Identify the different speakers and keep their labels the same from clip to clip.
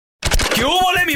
Speaker 1: ¿Qué hubo, le, mi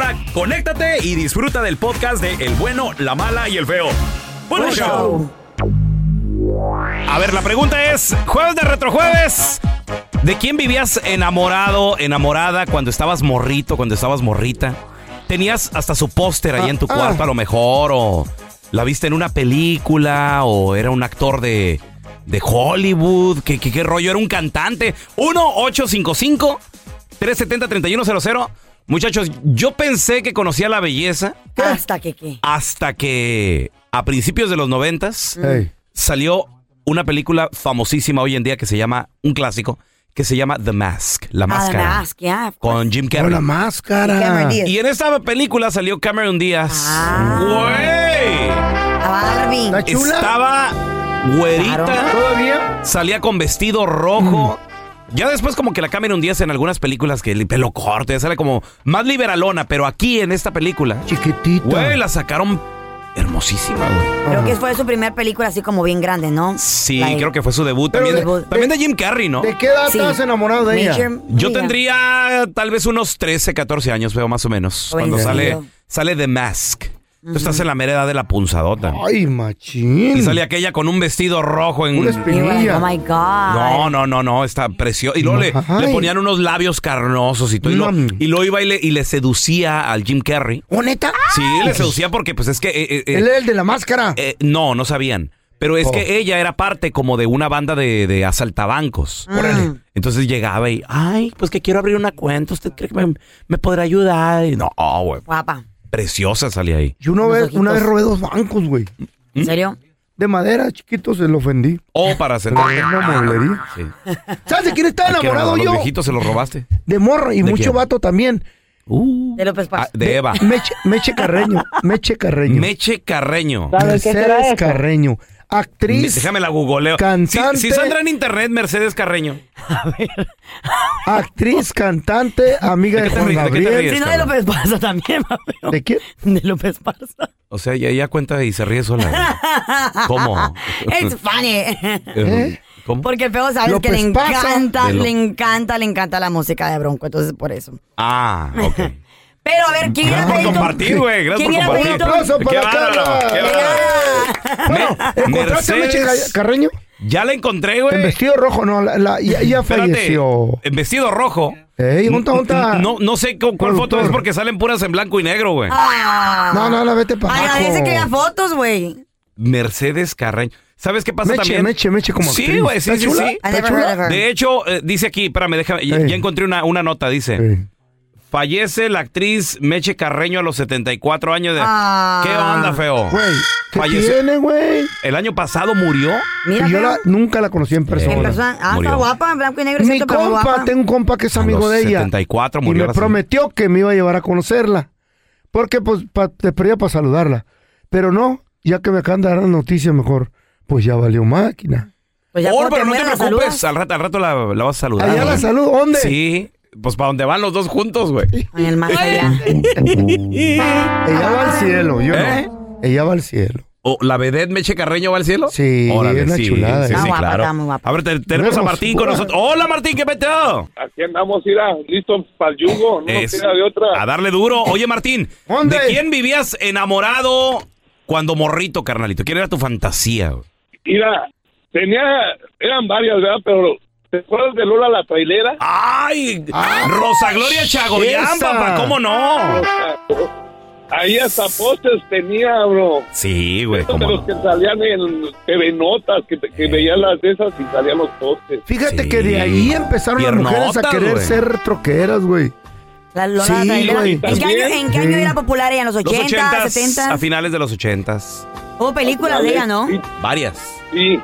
Speaker 1: conéctate y disfruta del podcast de El bueno, la mala y el feo. Buen
Speaker 2: Buen
Speaker 1: show. A ver, la pregunta es, jueves de retrojueves, ¿de quién vivías enamorado, enamorada cuando estabas morrito, cuando estabas morrita? ¿Tenías hasta su póster ahí en tu
Speaker 3: Ah, ah.
Speaker 1: cuarto a lo mejor o la viste en una película o era un actor de de Hollywood? ¿Qué, qué, qué rollo? ¿Era un cantante? 1-855-370-3100. Muchachos, yo pensé que conocía la belleza
Speaker 2: Hasta que qué.
Speaker 1: hasta que a principios de los noventas
Speaker 3: Hey.
Speaker 1: salió una película famosísima hoy en día que se llama, un clásico, que se llama The Mask, La Máscara,
Speaker 2: Además, que ah,
Speaker 1: con Jim Carrey.
Speaker 3: máscara.
Speaker 1: y en esta película salió Cameron Díaz.
Speaker 2: Ah. a Barbie.
Speaker 3: ¿Está
Speaker 1: ¡Güey!
Speaker 3: chula?
Speaker 1: Estaba güerita,
Speaker 3: ¿Todavía? Mm.
Speaker 1: salía con vestido rojo. Ya después como que la Cameron Díaz en algunas películas que el pelo corto, ya sale como más liberalona, pero aquí en esta película,
Speaker 3: Chiquitita.
Speaker 1: güey, la sacaron hermosísima, güey.
Speaker 2: Creo que fue su primer película así como bien grande, ¿no?
Speaker 1: Sí,
Speaker 2: Like,
Speaker 1: creo que fue su debut.
Speaker 3: Pero
Speaker 1: También,
Speaker 2: de-
Speaker 1: de, también de Jim Carrey, ¿no?
Speaker 3: ¿De qué edad
Speaker 2: Sí.
Speaker 3: estás enamorado de ella?
Speaker 2: Major
Speaker 1: Yo
Speaker 2: Mia.
Speaker 1: tendría tal vez unos 13, 14 años, veo más o menos. Cuando sale,
Speaker 2: Jovencillo.
Speaker 1: sale The Mask. Tú estás en la mera edad de la punzadota.
Speaker 3: Ay, machín.
Speaker 1: Y sale aquella con un vestido rojo en...
Speaker 3: Una
Speaker 2: Y bueno,
Speaker 3: espinilla.
Speaker 2: oh my God.
Speaker 1: No, no, no, no, está precioso. Y luego le,
Speaker 3: Ay.
Speaker 1: le ponían unos labios carnosos y todo. Y lo,
Speaker 3: Mm.
Speaker 1: y lo iba y le, y le seducía al Jim Carrey.
Speaker 3: ¿O ¿Oh, neta?
Speaker 1: Sí, le seducía porque pues es que... eh, eh, eh,
Speaker 3: Él era el de la máscara. Oh.
Speaker 1: Eh, no, no sabían. Pero es que ella era parte como de una banda de, de asaltabancos.
Speaker 3: Mm.
Speaker 2: Órale.
Speaker 1: Entonces llegaba y, ay, pues que quiero abrir una cuenta, ¿usted cree que me, me podrá ayudar? Y no, oh, güey,
Speaker 2: Guapa.
Speaker 1: preciosa salía ahí.
Speaker 3: Yo una
Speaker 2: Unos
Speaker 3: vez,
Speaker 2: ojitos.
Speaker 3: una vez robé dos bancos, güey.
Speaker 2: ¿En serio?
Speaker 3: De madera, chiquito, se lo ofendí.
Speaker 1: O Oh, para hacer...
Speaker 3: En una mueblería.
Speaker 1: Sí.
Speaker 3: ¿Sabes de quién estaba
Speaker 1: Hay que
Speaker 3: enamorado
Speaker 1: robar,
Speaker 3: yo?
Speaker 1: Los viejitos se los robaste.
Speaker 3: De morro y
Speaker 1: ¿De
Speaker 3: mucho
Speaker 1: quién?
Speaker 3: vato también.
Speaker 1: Uh.
Speaker 2: De López Paz.
Speaker 1: Ah, de Eva.
Speaker 3: Meche, Meche Carreño. Meche Carreño.
Speaker 1: Meche Carreño.
Speaker 3: Mercedes Carreño.
Speaker 1: Me-
Speaker 3: Actriz,
Speaker 1: Déjame la googleo.
Speaker 3: Cantante.
Speaker 1: Si, si saldrá en internet, Mercedes Carreño.
Speaker 3: actriz, cantante, amiga
Speaker 1: ¿De
Speaker 3: de
Speaker 1: qué te
Speaker 3: Juan
Speaker 1: ríes? ¿De qué te
Speaker 3: Gabriel.
Speaker 1: ríes?
Speaker 2: Si no, de
Speaker 1: cabrón.
Speaker 2: López Paz también, papi.
Speaker 3: ¿De quién?
Speaker 2: De López Paz.
Speaker 1: O sea, ya, ya cuenta y se ríe sola. ¿Cómo?
Speaker 2: It's funny.
Speaker 3: ¿Eh?
Speaker 1: ¿Cómo?
Speaker 2: Porque el feo sabes que le
Speaker 3: López Paz, ¿ah?
Speaker 2: encanta,
Speaker 1: De lo-
Speaker 2: le encanta, le encanta la música de Bronco, entonces por eso.
Speaker 1: Ah, ok.
Speaker 2: Pero a ver, ¿quién era
Speaker 1: Gracias por
Speaker 2: Pedrito?
Speaker 1: compartir, güey. Gracias
Speaker 2: ¿Quién
Speaker 1: por
Speaker 2: era
Speaker 1: compartir.
Speaker 2: Pedrito?
Speaker 3: Aplauso
Speaker 1: Qué
Speaker 3: para
Speaker 1: bárbaro,
Speaker 3: Carla.
Speaker 1: qué bárbaro. Me-
Speaker 3: ¿Encontraste a Meche
Speaker 1: Mercedes-
Speaker 3: Ca- Carreño?
Speaker 1: Ya la encontré,
Speaker 3: En
Speaker 1: güey.
Speaker 3: vestido rojo, no, la, la- ya, ya
Speaker 1: Espérate.
Speaker 3: falleció.
Speaker 1: En vestido rojo.
Speaker 3: Ey, junta, junta.
Speaker 1: No, no sé cu- cuál foto
Speaker 3: Productor.
Speaker 1: es porque salen puras en blanco y negro, güey.
Speaker 2: Ah.
Speaker 3: No, no, la vete para abajo.
Speaker 2: Agradece que haya fotos, güey.
Speaker 1: Mercedes Carreño. ¿Sabes qué pasa
Speaker 3: Meche,
Speaker 1: también?
Speaker 3: Meche, Meche como
Speaker 1: Sí,
Speaker 3: actriz.
Speaker 1: güey, sí,
Speaker 3: ¿Está
Speaker 1: sí,
Speaker 3: chula?
Speaker 1: sí.
Speaker 3: ¿Está ¿Está chula? chula?
Speaker 1: De hecho, eh, dice aquí, espérame, déjame, ya,
Speaker 3: Ey.
Speaker 1: ya encontré una, una nota, dice.
Speaker 3: Ey.
Speaker 1: Fallece la actriz Meche Carreño a los 74 años de...
Speaker 2: Ah.
Speaker 1: ¿Qué onda, feo?
Speaker 3: Güey, ¿qué
Speaker 1: Falleció.
Speaker 3: tiene, güey?
Speaker 1: ¿El año pasado murió?
Speaker 2: Mira,
Speaker 3: Y yo
Speaker 2: feo.
Speaker 3: la- nunca la conocí en persona.
Speaker 2: En persona. Ah,
Speaker 1: Murió.
Speaker 2: está guapa, en blanco y negro,
Speaker 3: Mi
Speaker 2: siento, pero muy
Speaker 3: compa,
Speaker 2: guapa.
Speaker 3: tengo un compa que es
Speaker 1: A
Speaker 3: amigo
Speaker 1: los
Speaker 3: de ella.
Speaker 1: 74
Speaker 3: y
Speaker 1: murió
Speaker 3: me
Speaker 1: la señora.
Speaker 3: prometió que me iba a llevar a conocerla. Porque pues pa- te pedía para saludarla. Pero no, ya que me acaban de dar la noticia mejor, pues ya valió máquina.
Speaker 2: Pues ya
Speaker 1: Oh,
Speaker 2: cuando
Speaker 1: pero no te
Speaker 2: mueras, la
Speaker 1: preocupes,
Speaker 2: saludas.
Speaker 1: al rato, al rato la, la vas a saludar.
Speaker 3: Allá Ah, la
Speaker 1: güey.
Speaker 3: salud, ¿dónde?
Speaker 1: Sí, pues para donde van los dos juntos, güey.
Speaker 2: En el más allá.
Speaker 3: Ella va al cielo, yo
Speaker 1: ¿Eh?
Speaker 3: no. Ella va al cielo.
Speaker 1: ¿O ¿La vedette Meche Carreño va al cielo?
Speaker 3: Sí, es una chulada, ¿eh?
Speaker 2: Está guapa, está muy guapa.
Speaker 1: A ver, te- tenemos a
Speaker 3: Hermosura.
Speaker 1: Martín con nosotros. ¡Hola, Martín! ¿Qué peteo?
Speaker 4: Aquí andamos, mira, listos para el yugo, no
Speaker 1: Es-
Speaker 4: nos queda de
Speaker 1: A
Speaker 4: otra.
Speaker 1: darle duro. Oye, Martín,
Speaker 3: ¿Dónde?
Speaker 1: ¿de quién vivías enamorado cuando morrito, carnalito? ¿Quién era tu fantasía? güey?
Speaker 4: Mira, tenía, eran varias, ¿verdad? Pero, ¿te acuerdas de Lola la trailera?
Speaker 1: ¡Ay!
Speaker 3: Ah.
Speaker 1: Rosa Gloria Chagoyán,
Speaker 3: esa.
Speaker 1: papá, ¿cómo no?
Speaker 4: Ahí hasta postes tenía, bro.
Speaker 1: Sí, güey,
Speaker 4: Esos de
Speaker 1: cómo no.
Speaker 4: los que salían en TV Notas, que, que veían las de esas y salían los postes.
Speaker 3: Fíjate
Speaker 1: Sí.
Speaker 3: que de ahí empezaron las mujeres a
Speaker 1: Piernotas,
Speaker 3: querer
Speaker 1: güey.
Speaker 3: ser troqueras, güey.
Speaker 2: La Lola
Speaker 3: Sí,
Speaker 2: Trailera.
Speaker 3: güey.
Speaker 2: ¿En qué, año, en qué año
Speaker 3: Sí.
Speaker 2: era popular ella? ¿En los
Speaker 1: Los
Speaker 2: 80,
Speaker 1: 80,
Speaker 2: 70?
Speaker 1: a finales de los 80s.
Speaker 2: Hubo películas de ella, ¿no?
Speaker 4: Y,
Speaker 1: Varias.
Speaker 4: y,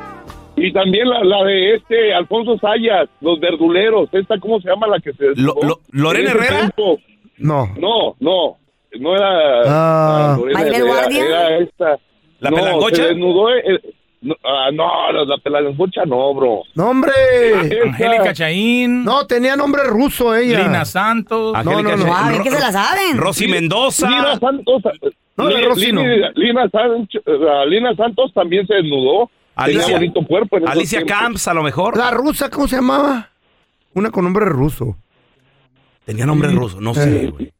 Speaker 4: y también la, la de este, Alfonso Sayas, Los Verduleros. ¿Esta cómo se llama la que se...
Speaker 1: Lo- lo- ¿Lorena
Speaker 4: En ese
Speaker 1: Herrera?
Speaker 4: tiempo.
Speaker 3: No.
Speaker 4: No, no, no era.
Speaker 3: Ah.
Speaker 4: ah, Lorena,
Speaker 2: ¿Maribel
Speaker 4: era-
Speaker 2: Guardia?
Speaker 4: era esta.
Speaker 1: ¿La
Speaker 4: no,
Speaker 1: pelangocha?
Speaker 4: Se desnudó. eh, no, ah, no, la- la pelangocha no, bro.
Speaker 3: No, hombre.
Speaker 4: Esta-
Speaker 5: Angélica Chaín,
Speaker 3: No, tenía nombre ruso ella.
Speaker 5: Lina Santos.
Speaker 1: Angélica
Speaker 3: no, no.
Speaker 1: Chen-
Speaker 2: Ah, bien
Speaker 1: Ro-
Speaker 2: que se la saben.
Speaker 1: Rosy Mendoza.
Speaker 4: Lina Santos.
Speaker 3: No,
Speaker 4: Li-
Speaker 3: de Rosy no.
Speaker 4: Lina, Lina Sancho- ah, Lina Santos también se desnudó.
Speaker 1: Alicia-
Speaker 4: Tenía bonito cuerpo. en esos
Speaker 1: Alicia
Speaker 4: tiempos.
Speaker 1: Camps, a lo mejor.
Speaker 3: La rusa, ¿cómo se llamaba? Una con nombre ruso.
Speaker 1: Tenía nombre ruso, no sé, güey.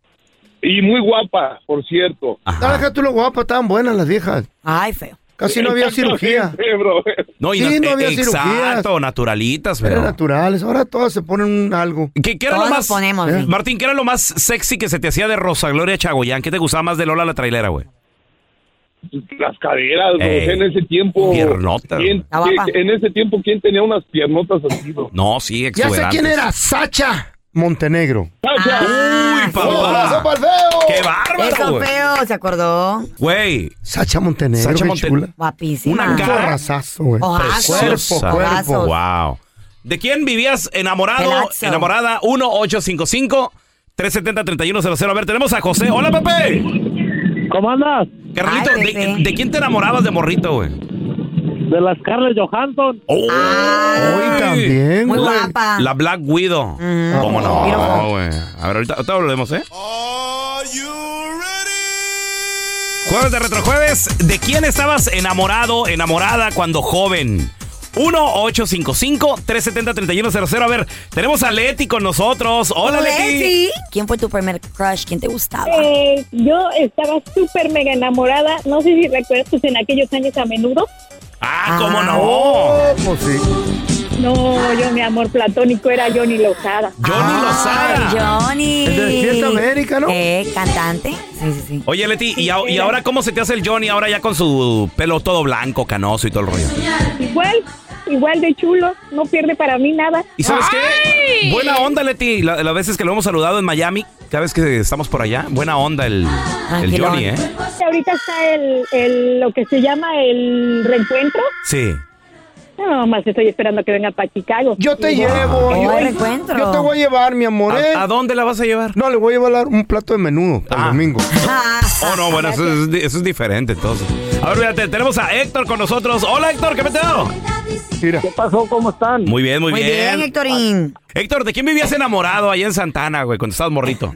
Speaker 4: Y muy guapa, por cierto.
Speaker 3: Ah, deja tú lo guapa, estaban buenas las viejas.
Speaker 2: Ay, feo.
Speaker 3: Casi no había cirugía.
Speaker 4: Sí, bro.
Speaker 1: No, y
Speaker 3: Sí,
Speaker 1: nat-
Speaker 3: no había
Speaker 1: Exacto,
Speaker 3: cirugías.
Speaker 1: naturalitas,
Speaker 3: Eran
Speaker 1: pero.
Speaker 3: naturales. Ahora todas se ponen un algo.
Speaker 1: ¿Qué, qué era
Speaker 2: Todos
Speaker 1: lo
Speaker 2: nos
Speaker 1: más.
Speaker 2: ponemos,
Speaker 3: ¿Eh?
Speaker 2: sí.
Speaker 1: Martín, ¿qué era lo más sexy que se te hacía de Rosa Gloria Chagoyán? ¿Qué te gustaba más de Lola la trailera, güey?
Speaker 4: Las caderas, bro.
Speaker 3: Eh,
Speaker 1: Ey,
Speaker 4: en ese tiempo.
Speaker 1: piernotas,
Speaker 4: ¿quién-
Speaker 2: La guapa.
Speaker 4: En ese tiempo, ¿quién tenía unas piernotas así, bro?
Speaker 1: No, sí,
Speaker 3: Ya sé
Speaker 1: exuberantes.
Speaker 3: quién era, Sacha Montenegro.
Speaker 4: Sacha.
Speaker 1: ¡Uy,
Speaker 3: ¡Abrazo
Speaker 1: papá!
Speaker 3: pa'l feo!
Speaker 1: ¡Qué
Speaker 2: Ah, Eso
Speaker 1: bárbaro, güey!
Speaker 2: feo, ¿se acordó?
Speaker 1: Güey,
Speaker 3: Sacha Montenegro,
Speaker 1: Sacha
Speaker 3: Sacha
Speaker 1: Monte-
Speaker 3: Montenegro.
Speaker 2: Guapísima.
Speaker 1: Una
Speaker 3: Un
Speaker 1: cara.
Speaker 3: zorrazazo, güey.
Speaker 2: Ojazo.
Speaker 3: Cuerpo,
Speaker 1: Preciosa.
Speaker 3: cuerpo.
Speaker 2: Ojazos.
Speaker 1: wow. ¿De quién vivías enamorado,
Speaker 2: Pelazo.
Speaker 1: enamorada? 1-855-370-3100. A ver, tenemos a José. ¡Hola, Pepe!
Speaker 4: ¿Cómo andas?
Speaker 1: Carlito,
Speaker 2: Ay,
Speaker 1: ¿de,
Speaker 2: Pepe.
Speaker 1: de quién te enamorabas de morrito, güey?
Speaker 4: De las Scarlett Johansson.
Speaker 1: ¡Oh!
Speaker 3: Hoy también,
Speaker 2: Muy
Speaker 3: güey.
Speaker 2: guapa. Mm-hmm.
Speaker 1: La Black Widow. ¿Cómo no, Ah,
Speaker 2: Beautiful.
Speaker 1: güey? A ver, ahorita, ahorita volvemos, ¿eh? Jueves de Retrojueves, ¿de quién estabas enamorado, enamorada cuando joven? 1-855-370-3100. A ver, tenemos a Leti con nosotros. Hola, Leti.
Speaker 2: ¿Quién fue tu primer crush? ¿Quién te gustaba?
Speaker 6: Eh, yo estaba súper mega enamorada. No sé si recuerdas, pues en aquellos años a menudo.
Speaker 1: Ah, ¿cómo
Speaker 2: Ah.
Speaker 1: no?
Speaker 3: Pues sí.
Speaker 6: No, yo, mi amor platónico era Johnny Lozada.
Speaker 1: Johnny
Speaker 3: Ah,
Speaker 2: Ay,
Speaker 1: Lozada.
Speaker 2: Johnny.
Speaker 3: El de Fiesta América, ¿no?
Speaker 2: Eh, cantante. Sí, sí, sí.
Speaker 1: Oye, Leti, ¿y, a- y ahora cómo se te hace el Johnny ahora ya con su pelo todo blanco, canoso y todo el rollo?
Speaker 6: Igual, igual de chulo. No pierde para mí nada.
Speaker 1: ¿Y sabes qué? Buena onda, Leti. La- Las veces que lo hemos saludado en Miami, cada vez que estamos por allá, buena onda el, el
Speaker 2: Tranquilón.
Speaker 1: Johnny, ¿eh?
Speaker 6: Ahorita está el, el- lo que se llama el reencuentro.
Speaker 1: Sí.
Speaker 6: No, más estoy esperando que venga para Chicago.
Speaker 3: Yo te
Speaker 6: Y-
Speaker 3: llevo.
Speaker 2: Ay,
Speaker 3: yo,
Speaker 2: Oh, reencuentro.
Speaker 3: yo te voy a llevar, mi amor. ¿eh?
Speaker 1: ¿A, a dónde la vas a llevar?
Speaker 3: No, le voy a llevar un plato de menudo para
Speaker 1: Ah.
Speaker 3: el domingo.
Speaker 2: Ah,
Speaker 1: Oh, no, bueno, eso es, di- eso es diferente, entonces. A ver, fíjate, tenemos a Héctor con nosotros. Hola, Héctor, ¿qué peteo?
Speaker 3: Mira.
Speaker 4: ¿Qué pasó? ¿Cómo están?
Speaker 1: Muy bien, muy,
Speaker 2: muy
Speaker 1: bien.
Speaker 2: bien, Héctorín.
Speaker 1: Héctor, ¿de quién vivías enamorado allá en Santana, güey, cuando estabas morrito?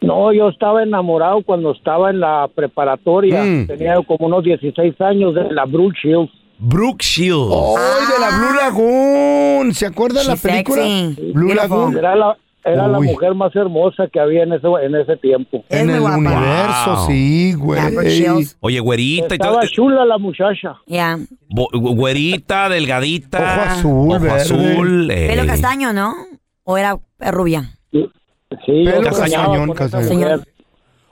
Speaker 4: No, yo estaba enamorado cuando estaba en la preparatoria.
Speaker 3: Mm.
Speaker 4: Tenía como unos 16 años de la Blue Shield.
Speaker 1: Brooke Shields.
Speaker 3: ¡Ay, de la Blue Lagoon! ¿Se acuerdan la
Speaker 2: She's
Speaker 3: película?
Speaker 2: sexy.
Speaker 3: Blue
Speaker 2: Beautiful.
Speaker 3: Lagoon.
Speaker 4: Era la, era la
Speaker 3: Uy.
Speaker 4: mujer más hermosa que había en ese, en ese tiempo.
Speaker 2: Es
Speaker 3: en
Speaker 2: muy
Speaker 3: el
Speaker 2: guapa.
Speaker 3: universo,
Speaker 1: Wow.
Speaker 3: sí,
Speaker 2: Ya, por
Speaker 3: güey.
Speaker 2: Shields.
Speaker 1: Oye, güerita y todo.
Speaker 4: Estaba chula la muchacha.
Speaker 2: Ya.
Speaker 1: Bo- Güerita, delgadita.
Speaker 3: Ojo azul,
Speaker 1: Ojo
Speaker 3: verde.
Speaker 1: azul. eh.
Speaker 2: Pelo castaño, ¿no? ¿O era rubia?
Speaker 4: Sí, yo
Speaker 3: Pelo
Speaker 4: soñaba
Speaker 3: castañón,
Speaker 4: con esa
Speaker 3: castañón.
Speaker 4: mujer.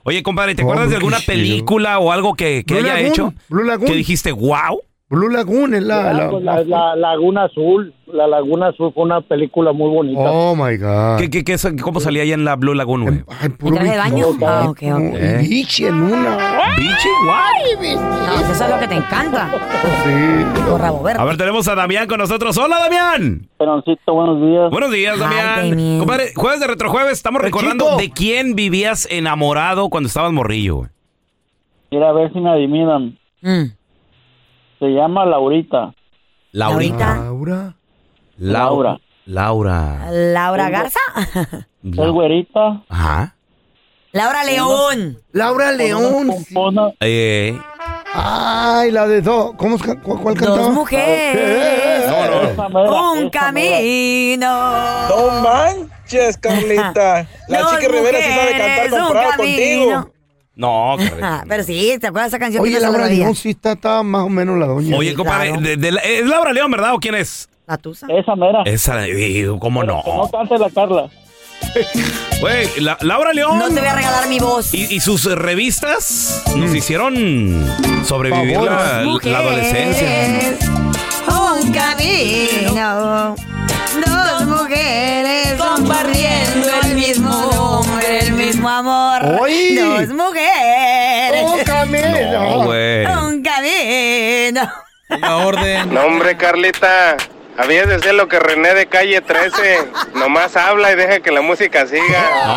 Speaker 1: Oye, compadre, ¿te
Speaker 3: Oh,
Speaker 1: acuerdas de
Speaker 3: Brooke
Speaker 1: alguna
Speaker 3: Shields.
Speaker 1: película o algo que, que
Speaker 3: Blue
Speaker 1: haya
Speaker 3: Lagoon,
Speaker 1: hecho?
Speaker 3: Blue Lagoon.
Speaker 1: Que dijiste, wow.
Speaker 7: Blue Lagoon es la...
Speaker 8: Ah,
Speaker 7: la-
Speaker 8: pues, la, la Laguna Azul. La Laguna Azul fue una película muy bonita.
Speaker 7: Oh, my God.
Speaker 1: ¿Qué, qué, qué, cómo salía ahí en la Blue Lagoon, güey?
Speaker 7: Eh, puro
Speaker 2: traje de baño?
Speaker 7: bicho.
Speaker 2: Ah, ok, ok.
Speaker 7: Eh. Bichi en una.
Speaker 1: ¿Bichi?
Speaker 2: No, pues eso es lo que te encanta.
Speaker 7: Sí.
Speaker 2: Por rabo verde.
Speaker 1: A ver, tenemos a Damián con nosotros. ¡Hola, Damián!
Speaker 8: Peroncito, buenos días.
Speaker 1: Buenos días,
Speaker 2: Ay,
Speaker 1: Damián.
Speaker 2: Damián.
Speaker 1: Compadre, jueves de retrojueves, estamos
Speaker 7: El
Speaker 1: recordando
Speaker 7: chico.
Speaker 1: de quién vivías enamorado cuando estabas morrillo, güey.
Speaker 8: Mira, a ver si me adivinan.
Speaker 2: Mm.
Speaker 8: Se llama Laurita.
Speaker 1: Laurita.
Speaker 7: Laura.
Speaker 8: Laura.
Speaker 1: Laura.
Speaker 2: Laura Garza.
Speaker 8: Es güerita.
Speaker 1: Ajá.
Speaker 2: Laura León.
Speaker 7: Laura León.
Speaker 8: Pompona.
Speaker 1: Eh,
Speaker 7: Ay, la de dos. ¿Cómo, es ca- cu- ¿Cuál cantaba?
Speaker 2: Dos mujeres.
Speaker 7: Ah,
Speaker 8: Esa mera,
Speaker 2: Un
Speaker 8: esa mera.
Speaker 2: camino.
Speaker 9: No manches, Carlita. La
Speaker 2: Dos
Speaker 9: chica Rivera sí sabe cantar
Speaker 2: mujeres, un
Speaker 9: comparado
Speaker 2: camino.
Speaker 9: contigo.
Speaker 1: no,
Speaker 2: Ah,
Speaker 1: cabrón.
Speaker 2: pero sí, ¿te acuerdas de esa canción?
Speaker 7: Oye,
Speaker 2: que yo
Speaker 7: Laura
Speaker 2: solo veía?
Speaker 7: León sí está, está más o menos la doña.
Speaker 1: Oye, compadre,
Speaker 2: claro.
Speaker 1: de- de la- es Laura León, ¿verdad? ¿O quién es?
Speaker 2: La tusa.
Speaker 8: Esa mera.
Speaker 1: Esa, eh, ¿cómo no?
Speaker 8: Que no cante la Carla.
Speaker 1: Güey, la- Laura León.
Speaker 2: No te voy a regalar mi voz.
Speaker 1: Y, y sus eh, revistas nos hicieron sobrevivir
Speaker 7: Favor.
Speaker 1: la, la adolescencia.
Speaker 2: Un camino. Dos mujeres compartiendo el mismo nombre, el mismo amor.
Speaker 7: ¡Ay!
Speaker 2: Dos mujeres.
Speaker 7: ¡Oh, Camila!
Speaker 1: No, güey.
Speaker 2: Un camino.
Speaker 6: Ponga orden.
Speaker 4: No, hombre, Carlita. Habías de ser lo que René de calle 13. Nomás habla y deja que la música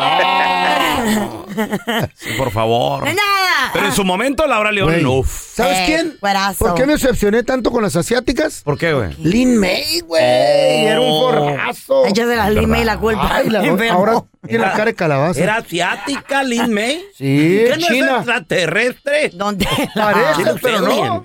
Speaker 4: siga.
Speaker 1: Sí, por favor.
Speaker 2: No es nada.
Speaker 1: Pero en su momento, Laura León,
Speaker 7: Güey.
Speaker 1: no.
Speaker 7: ¿Sabes
Speaker 2: Eh,
Speaker 7: quién?
Speaker 2: cuerazo.
Speaker 7: ¿Por qué me decepcioné tanto con las asiáticas?
Speaker 1: ¿Por qué, güey? Oh.
Speaker 7: Lin May, güey. Era un forrazo.
Speaker 2: Ella se la lima y la culpa.
Speaker 7: Ay, la-
Speaker 2: Enfermo.
Speaker 7: ahora tiene la cara de calabaza.
Speaker 1: asiática, Lin May.
Speaker 7: Sí, China.
Speaker 1: extraterrestre?
Speaker 2: ¿Dónde?
Speaker 7: Parece, pero no.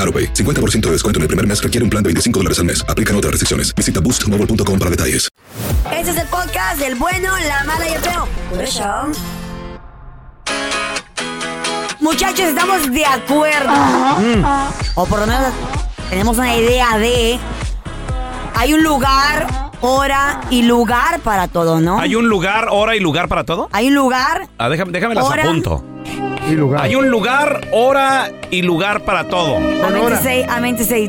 Speaker 10: AroPay. 50% de descuento en el primer mes requiere un plan de 25 dólares al mes. Aplican otras restricciones. Visita boostmobile.com para detalles.
Speaker 2: Este es el podcast del bueno, la mala y el feo. Por eso. Muchachos, estamos de acuerdo. O por lo menos tenemos una idea de. Hay un lugar, hora y lugar para todo, ¿no?
Speaker 1: ¿Hay un lugar, hora y lugar para todo?
Speaker 2: Oh. Hay un lugar.
Speaker 1: Ah, déjame, déjame las
Speaker 2: Hora.
Speaker 1: apunto.
Speaker 7: Y lugar.
Speaker 1: Hay un lugar, hora y lugar para todo.
Speaker 2: I meant to say- I meant to say-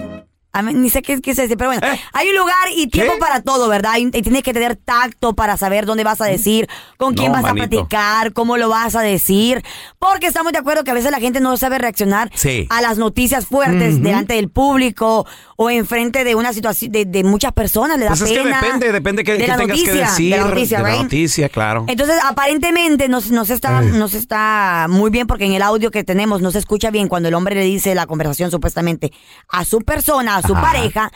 Speaker 2: I mean- Ah, ni sé qué, qué se dice, pero bueno.
Speaker 1: Eh.
Speaker 2: Hay un lugar y tiempo para todo, ¿verdad? Y, y tienes que tener tacto para saber dónde vas a decir, con quién
Speaker 1: Mm. No,
Speaker 2: vas a
Speaker 1: manito.
Speaker 2: platicar, cómo lo vas a decir. Porque estamos de acuerdo que a veces la gente no sabe reaccionar
Speaker 1: Sí.
Speaker 2: a las noticias fuertes delante del público o enfrente de una situación de, de muchas personas. Le da
Speaker 1: Pues es que
Speaker 2: pena.
Speaker 1: depende, depende qué,
Speaker 2: de
Speaker 1: qué
Speaker 2: la
Speaker 1: tengas que
Speaker 2: noticia,
Speaker 1: decir.
Speaker 2: De la noticia, right?
Speaker 1: noticia, claro.
Speaker 2: Entonces, aparentemente no, se- no se está, no se está muy bien porque en el audio que tenemos no se escucha bien cuando el hombre le dice la conversación supuestamente a su persona, a su pareja.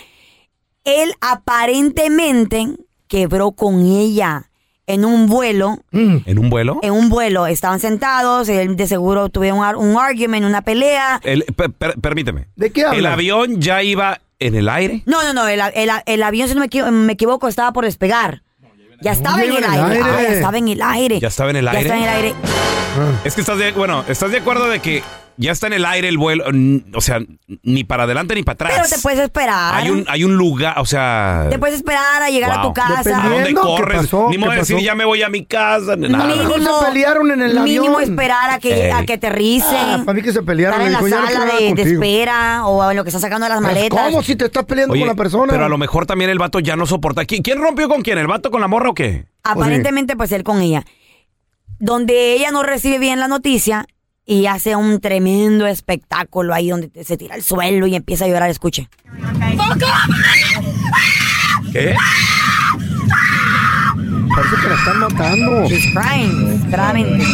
Speaker 2: Él aparentemente quebró con ella en un vuelo.
Speaker 1: ¿En un vuelo?
Speaker 2: En un vuelo estaban sentados, él de seguro tuvieron un, ar- un argument, una pelea.
Speaker 1: El- per- per- permíteme.
Speaker 7: ¿De qué
Speaker 1: ¿El
Speaker 7: habla?
Speaker 1: avión ya iba en el aire?
Speaker 2: No, no, no, el, a- el a- el avión, si no me, equi- me equivoco, estaba por despegar. Ya estaba
Speaker 7: ya
Speaker 2: en el
Speaker 7: iba
Speaker 2: aire. Ah, ya estaba en el aire.
Speaker 1: Ya estaba en el
Speaker 2: Ya
Speaker 1: aire.
Speaker 2: estaba en el aire.
Speaker 7: Ah.
Speaker 1: Es que estás de, bueno, estás de acuerdo de que Ya está en el aire el vuelo, n- o sea, ni para adelante ni para atrás.
Speaker 2: Pero te puedes esperar.
Speaker 1: Hay un, hay un lugar, o sea.
Speaker 2: Te puedes esperar a llegar a
Speaker 1: Eh. Wow.
Speaker 2: tu casa.
Speaker 1: ¿A dónde corres?
Speaker 7: pasó,
Speaker 1: Ni modo
Speaker 7: qué
Speaker 1: de decir,
Speaker 7: pasó.
Speaker 1: ya me voy a mi casa. Nada.
Speaker 2: Mínimo,
Speaker 7: se pelearon en el
Speaker 2: mínimo
Speaker 7: avión.
Speaker 2: esperar a que,
Speaker 1: Ey.
Speaker 2: a que aterricen.
Speaker 7: Ah, para mí que se pelearon.
Speaker 2: estar en
Speaker 7: le
Speaker 2: la
Speaker 7: dijo, "Ya no quiero
Speaker 2: sala
Speaker 7: nada
Speaker 2: de, de
Speaker 7: contigo".
Speaker 2: espera o en lo que está sacando las
Speaker 7: Pues,
Speaker 2: maletas.
Speaker 7: ¿Cómo si te estás peleando
Speaker 1: Oye,
Speaker 7: con la persona?
Speaker 1: Pero a lo mejor también el vato ya no soporta. ¿Qui- ¿Quién rompió con quién? ¿El vato con la morra o qué?
Speaker 2: Aparentemente, pues él con ella. Donde ella no recibe bien la noticia y hace un tremendo espectáculo ahí donde te- se tira al suelo y empieza a llorar. Escuche.
Speaker 1: ¿Qué?
Speaker 7: Parece que la están matando.
Speaker 2: She's crying. Claramente.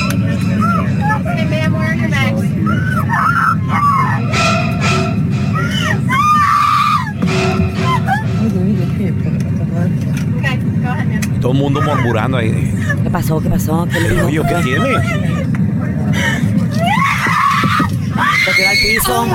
Speaker 1: Todo el mundo murmurando ahí.
Speaker 2: ¿Qué pasó? ¿Qué pasó? ¿Qué le dijo?
Speaker 1: Oye, ¿qué tiene?
Speaker 2: Se tiró al piso.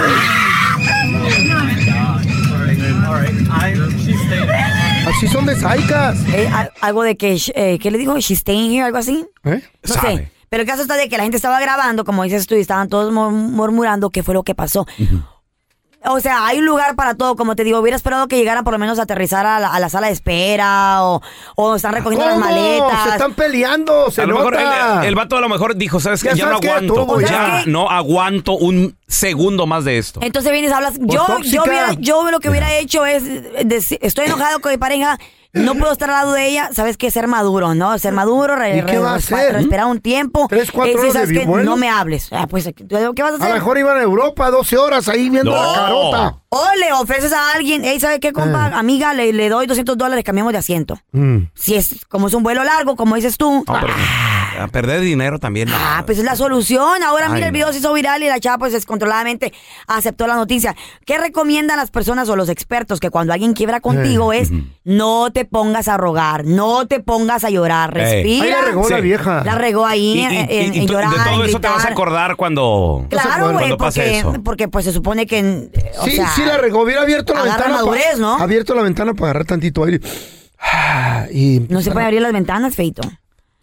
Speaker 7: Así son de saicas.
Speaker 2: Eh, al- algo de que, sh- eh, ¿qué le dijo? ¿She's staying here? ¿Algo así?
Speaker 7: ¿Eh?
Speaker 2: No sé. Pero el caso está de que la gente estaba grabando, como dices tú, y estaban todos mur- murmurando qué fue lo que pasó. O sea, hay un lugar para todo. Como te digo, hubiera esperado que llegara por lo menos a aterrizar a la, a la sala de espera o, o están recogiendo las
Speaker 7: ¿Cómo?
Speaker 2: maletas.
Speaker 7: Se están peleando, se
Speaker 1: a lo mejor
Speaker 7: nota.
Speaker 1: el, el vato a lo mejor dijo, ¿sabes qué?
Speaker 7: Ya
Speaker 1: Ya, no
Speaker 7: sabes que ya
Speaker 1: aguanto.
Speaker 7: estuvo,
Speaker 1: ya
Speaker 7: ya.
Speaker 1: no aguanto un segundo más de esto.
Speaker 2: Entonces vienes, hablas. Yo, yo,
Speaker 7: tóxica.
Speaker 2: hubiera- yo lo que hubiera hecho es. eh, deci- estoy enojado con mi pareja, no puedo estar al lado de ella. Sabes que ser maduro, ¿no? Ser maduro, re-
Speaker 7: ¿Y qué
Speaker 2: re-
Speaker 7: va a
Speaker 2: respa-
Speaker 7: hacer?
Speaker 2: respirar un tiempo.
Speaker 7: ¿Tres, cuatro
Speaker 2: Eh, sí,
Speaker 7: horas de
Speaker 2: ¿sabes qué?
Speaker 7: vuelo?
Speaker 2: No me hables. Ah, pues, ¿qué vas a
Speaker 7: A
Speaker 2: hacer?
Speaker 7: lo mejor iban a Europa 12 horas ahí viendo
Speaker 1: No.
Speaker 7: la carota. Eh.
Speaker 2: O le ofreces a alguien, hey, ¿sabes qué, compa? Amiga, le, le doy 200 dólares, cambiamos de asiento.
Speaker 7: Mm.
Speaker 2: Si es, como es un vuelo largo, como dices tú.
Speaker 1: No, pero- a perder dinero también. no.
Speaker 2: Ah, pues es la solución. Ahora
Speaker 1: Ay,
Speaker 2: mira, el video se hizo viral y la chava pues descontroladamente aceptó la noticia. ¿Qué recomiendan las personas o los expertos que cuando alguien quiebra
Speaker 7: Eh.
Speaker 2: contigo es no te pongas a rogar, no te pongas a llorar,
Speaker 1: Ey.
Speaker 2: respira?
Speaker 7: Eh. Ahí la regó la Sí. vieja.
Speaker 2: La regó ahí
Speaker 1: Y- y-
Speaker 2: en,
Speaker 1: y-
Speaker 2: en-
Speaker 1: y
Speaker 2: en
Speaker 1: tú-
Speaker 2: llorar,
Speaker 1: de
Speaker 2: en
Speaker 1: todo eso te vas a
Speaker 2: gritar.
Speaker 1: acordar cuando,
Speaker 2: Claro, güey,
Speaker 1: cuando pase
Speaker 2: porque,
Speaker 1: eso.
Speaker 2: porque pues se supone que... eh, o
Speaker 7: sí,
Speaker 2: sea,
Speaker 7: sí la regó. Hubiera abierto la
Speaker 2: agarra
Speaker 7: ventana. pa-
Speaker 2: madurez, ¿no?
Speaker 7: Abierto la ventana para agarrar tantito aire. Ah, Y
Speaker 2: No se pueden abrir las ventanas, Feito.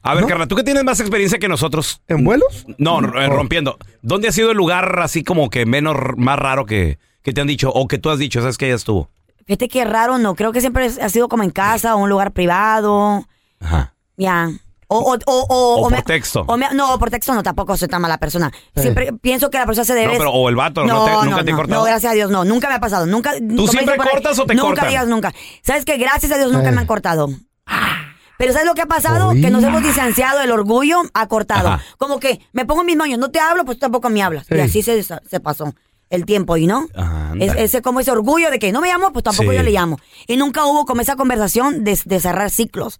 Speaker 1: A ver, Carla, tú que tienes más experiencia que nosotros.
Speaker 7: ¿En vuelos? Oh.
Speaker 1: No, r- eh, rompiendo. ¿Dónde ha sido el lugar así como que menos, r- más raro que, que te han dicho o que tú has dicho? ¿Sabes que ya estuvo?
Speaker 2: Fíjate qué raro, no. Creo que siempre es- ha sido como en casa o un lugar privado.
Speaker 1: Ajá.
Speaker 2: Ya. O, o, o, o,
Speaker 1: O
Speaker 2: o me-
Speaker 1: por texto.
Speaker 2: o me- no, por texto no, tampoco soy tan mala persona. Siempre pienso que la persona se debe.
Speaker 1: No, pero o el vato, ¿no te- nunca te he
Speaker 2: no,
Speaker 1: cortado?
Speaker 2: No, gracias a Dios, no, nunca me ha pasado. Nunca, ¿Tú
Speaker 1: siempre cortas o te
Speaker 2: Nunca
Speaker 1: cortan?
Speaker 2: digas nunca. ¿Sabes qué? Gracias a Dios nunca
Speaker 1: Eh.
Speaker 2: me han cortado. Pero ¿sabes lo que ha pasado? Que nos hemos distanciado, el orgullo ha cortado.
Speaker 1: Ajá.
Speaker 2: Como que me pongo en mis moños, no te hablo, pues tú tampoco me hablas. Y
Speaker 1: Sí.
Speaker 2: así se, se pasó el tiempo, ¿y no? Es,
Speaker 1: Ándale.
Speaker 2: ese como ese orgullo de que no me llamó, pues tampoco
Speaker 1: Sí.
Speaker 2: yo le llamo. Y nunca hubo como esa conversación de, de cerrar ciclos.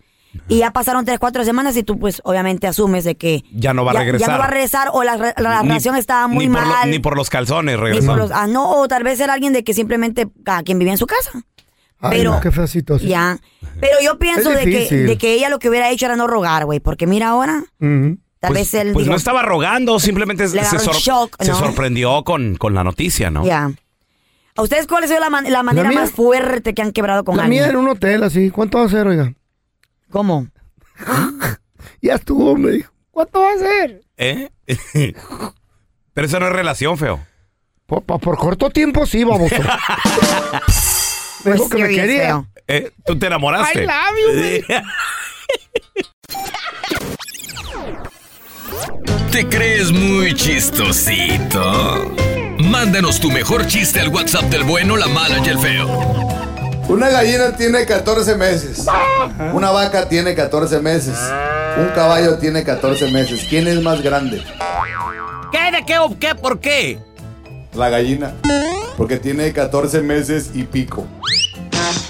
Speaker 2: Y ya pasaron tres, cuatro semanas y tú pues obviamente asumes de que
Speaker 1: Ya no va a
Speaker 2: ya,
Speaker 1: regresar.
Speaker 2: ya no va a regresar o la, re- la
Speaker 1: Ni-
Speaker 2: relación estaba muy
Speaker 1: ni por lo-
Speaker 2: mal.
Speaker 1: ni por los calzones
Speaker 2: ni por
Speaker 1: regresaron.
Speaker 2: los- ah, no, o tal vez era alguien de que simplemente cada quien vivía en su casa.
Speaker 7: Ay,
Speaker 2: Pero-
Speaker 7: no, qué fea situación.
Speaker 2: Ya. Pero yo pienso
Speaker 7: Es
Speaker 2: de que,
Speaker 7: difícil.
Speaker 2: de que ella lo que hubiera hecho era no rogar, güey. Porque mira ahora,
Speaker 7: Ujú.
Speaker 2: tal
Speaker 1: Pues,
Speaker 2: vez él
Speaker 1: pues
Speaker 2: dijo,
Speaker 1: no estaba rogando, simplemente
Speaker 2: Le
Speaker 1: se,
Speaker 2: agarró
Speaker 1: sor-
Speaker 2: el shock,
Speaker 1: se
Speaker 2: ¿no?
Speaker 1: sorprendió con, con la noticia, ¿no?
Speaker 2: Ya. ¿A ustedes cuál ha sido la, man- la manera
Speaker 7: mía?
Speaker 2: más fuerte que han quebrado con
Speaker 7: La
Speaker 2: alguien?
Speaker 7: mía era un hotel así. ¿Cuánto va a ser, oiga?
Speaker 2: ¿Cómo?
Speaker 7: ya estuvo, me dijo. ¿Cuánto va a ser?
Speaker 1: ¿Eh? Pero eso no es relación, feo.
Speaker 7: Por, por- por corto tiempo sí, baboso. me dijo que
Speaker 2: Pues,
Speaker 7: me quería.
Speaker 1: ¿Eh? ¿Tú te enamoraste?
Speaker 7: I love
Speaker 11: ¿Te crees muy chistosito? Mándanos tu mejor chiste al WhatsApp del bueno, la mala y el feo.
Speaker 12: Una gallina tiene 14 meses. Una vaca tiene 14 meses. Un caballo tiene 14 meses. ¿Quién es más grande?
Speaker 1: ¿Qué? ¿De qué o qué? ¿Por qué?
Speaker 12: La gallina. Porque tiene 14 meses y pico.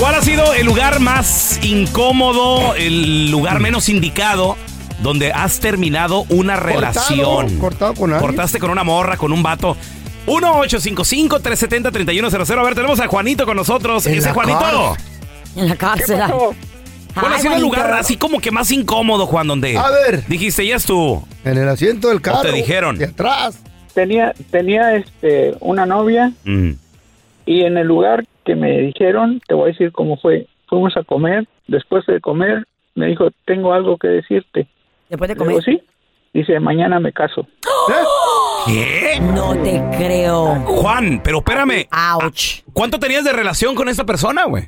Speaker 1: ¿Cuál ha sido el lugar más incómodo, el lugar menos indicado donde has terminado una relación?
Speaker 7: Cortado con alguien.
Speaker 1: Cortaste con una morra, con un vato. 1-855-370-3100. A ver, tenemos a Juanito con nosotros.
Speaker 2: En
Speaker 1: Ese
Speaker 2: la
Speaker 1: Juanito.
Speaker 2: cárcel. En la cárcel.
Speaker 1: ¿Cuál ha
Speaker 2: Ay,
Speaker 1: sido el
Speaker 2: Juanito.
Speaker 1: lugar así como que más incómodo, Juan, donde
Speaker 7: A ver.
Speaker 1: dijiste, ya estuvo?
Speaker 7: En el asiento del carro.
Speaker 1: ¿O te dijeron?
Speaker 7: De atrás.
Speaker 8: Tenía, tenía este, una novia y en el lugar que me dijeron, te voy a decir cómo fue. Fuimos a comer, después de comer me dijo, tengo algo que decirte.
Speaker 2: Después de ¡Oh!
Speaker 8: comer. sí. Dice, mañana me caso.
Speaker 1: ¿Qué? No
Speaker 2: te creo.
Speaker 1: Juan, pero espérame.
Speaker 2: Ouch.
Speaker 1: ¿Cuánto tenías de relación con esta persona, güey?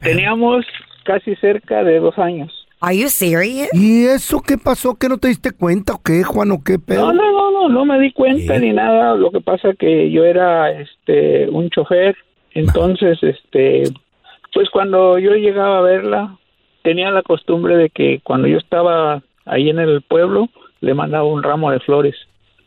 Speaker 8: Teníamos casi cerca de dos años.
Speaker 2: Are you serious?
Speaker 7: ¿Y eso qué pasó? ¿Que no te diste cuenta o qué, Juan, o qué pedo?
Speaker 8: No, no, no, no, no me di cuenta ni nada. Lo que pasa que yo era este un chofer, entonces este pues cuando yo llegaba a verla tenía la costumbre de que cuando yo estaba ahí en el pueblo le mandaba un ramo de flores.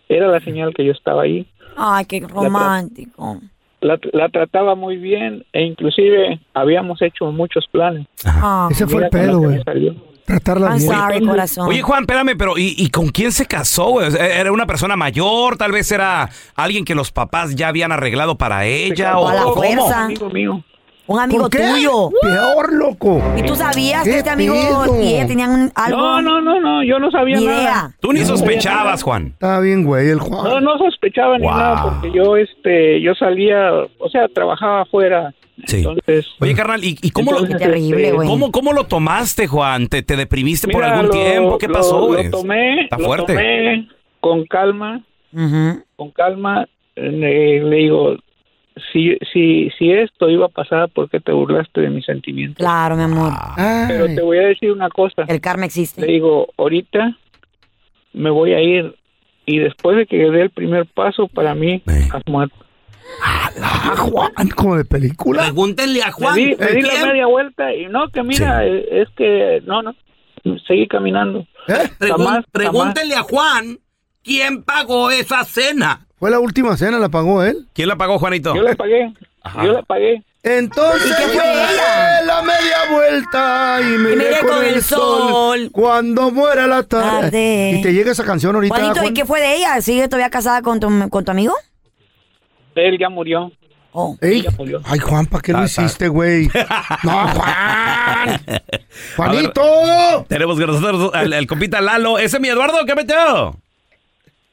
Speaker 8: Era la señal que yo estaba ahí.
Speaker 2: Ay, qué romántico.
Speaker 8: La, la trataba muy bien e inclusive habíamos hecho muchos planes.
Speaker 2: Ah.
Speaker 7: Ese fue
Speaker 8: Mira
Speaker 7: el
Speaker 8: con lo
Speaker 7: pedo,
Speaker 8: que
Speaker 7: güey.
Speaker 8: me salió.
Speaker 7: Tratarla
Speaker 2: I'm
Speaker 7: bien.
Speaker 2: sorry, corazón.
Speaker 1: Oye, Juan, espérame, pero ¿y, y con quién se casó, güey? O sea, ¿Era una persona mayor? ¿Tal vez era alguien que los papás ya habían arreglado para ella? ¿O
Speaker 2: a la
Speaker 1: cómo?
Speaker 2: fuerza. Un amigo tuyo.
Speaker 7: Peor, loco.
Speaker 2: ¿Y tú sabías que
Speaker 8: ¿Qué
Speaker 2: este amigo
Speaker 8: pedo?
Speaker 2: y ella tenían un, algo?
Speaker 8: No, no, no, no, yo no sabía
Speaker 2: Ni
Speaker 8: nada.
Speaker 2: idea.
Speaker 1: Tú ni
Speaker 8: No.
Speaker 1: sospechabas, Juan.
Speaker 7: Está bien, güey, el Juan.
Speaker 8: No, no sospechaba ni
Speaker 1: Wow.
Speaker 8: nada porque yo este yo salía, o sea, trabajaba afuera.
Speaker 1: Sí.
Speaker 8: Entonces,
Speaker 1: Oye, carnal, ¿y, y cómo,
Speaker 8: Entonces, este,
Speaker 1: lo,
Speaker 8: Qué terrible, güey.
Speaker 1: ¿cómo, cómo lo tomaste, Juan? ¿Te, te deprimiste por
Speaker 8: mira,
Speaker 1: algún
Speaker 8: lo-
Speaker 1: tiempo? ¿Qué
Speaker 8: lo-
Speaker 1: pasó, güey?
Speaker 8: Lo tomé,
Speaker 1: Está
Speaker 8: lo
Speaker 1: fuerte.
Speaker 8: tomé con calma, con calma. eh, Le, le digo, si, si, si esto iba a pasar, ¿por qué te burlaste de mis sentimientos?
Speaker 2: Claro, mi amor.
Speaker 8: Pero te voy a decir una cosa.
Speaker 2: El karma existe.
Speaker 8: Le digo, ahorita me voy a ir y después de que dé el primer paso, para mí, has muerto.
Speaker 7: Ah, Juan, como de película.
Speaker 1: Pregúntenle a
Speaker 8: Le di, le di la media vuelta y no, que mira, eh, es que no, no, seguí caminando. Jamás,
Speaker 1: a Juan quién pagó esa cena.
Speaker 7: Fue la última cena, la pagó él.
Speaker 1: ¿Quién la pagó, Juanito?
Speaker 8: jamás. Yo la pagué, yo la pagué.
Speaker 7: Entonces
Speaker 8: ¿Y qué
Speaker 7: yo
Speaker 8: fue ella?
Speaker 7: daré la media vuelta y me iré con, el sol, cuando muera la tarde.
Speaker 2: Tarde.
Speaker 7: Y te llega esa canción ahorita.
Speaker 2: Juanito, ¿y
Speaker 7: Juan.
Speaker 2: qué fue de ella? ¿Sigue todavía casada con tu, con tu amigo?
Speaker 8: Él ya murió.
Speaker 7: Ey,
Speaker 8: Ella murió.
Speaker 7: Ay, Juan, ¿para qué lo hiciste, güey? No, Juan. Juanito.
Speaker 1: Tenemos con nosotros al, al compita Lalo. ¿Ese es mi Eduardo? ¿Qué metió?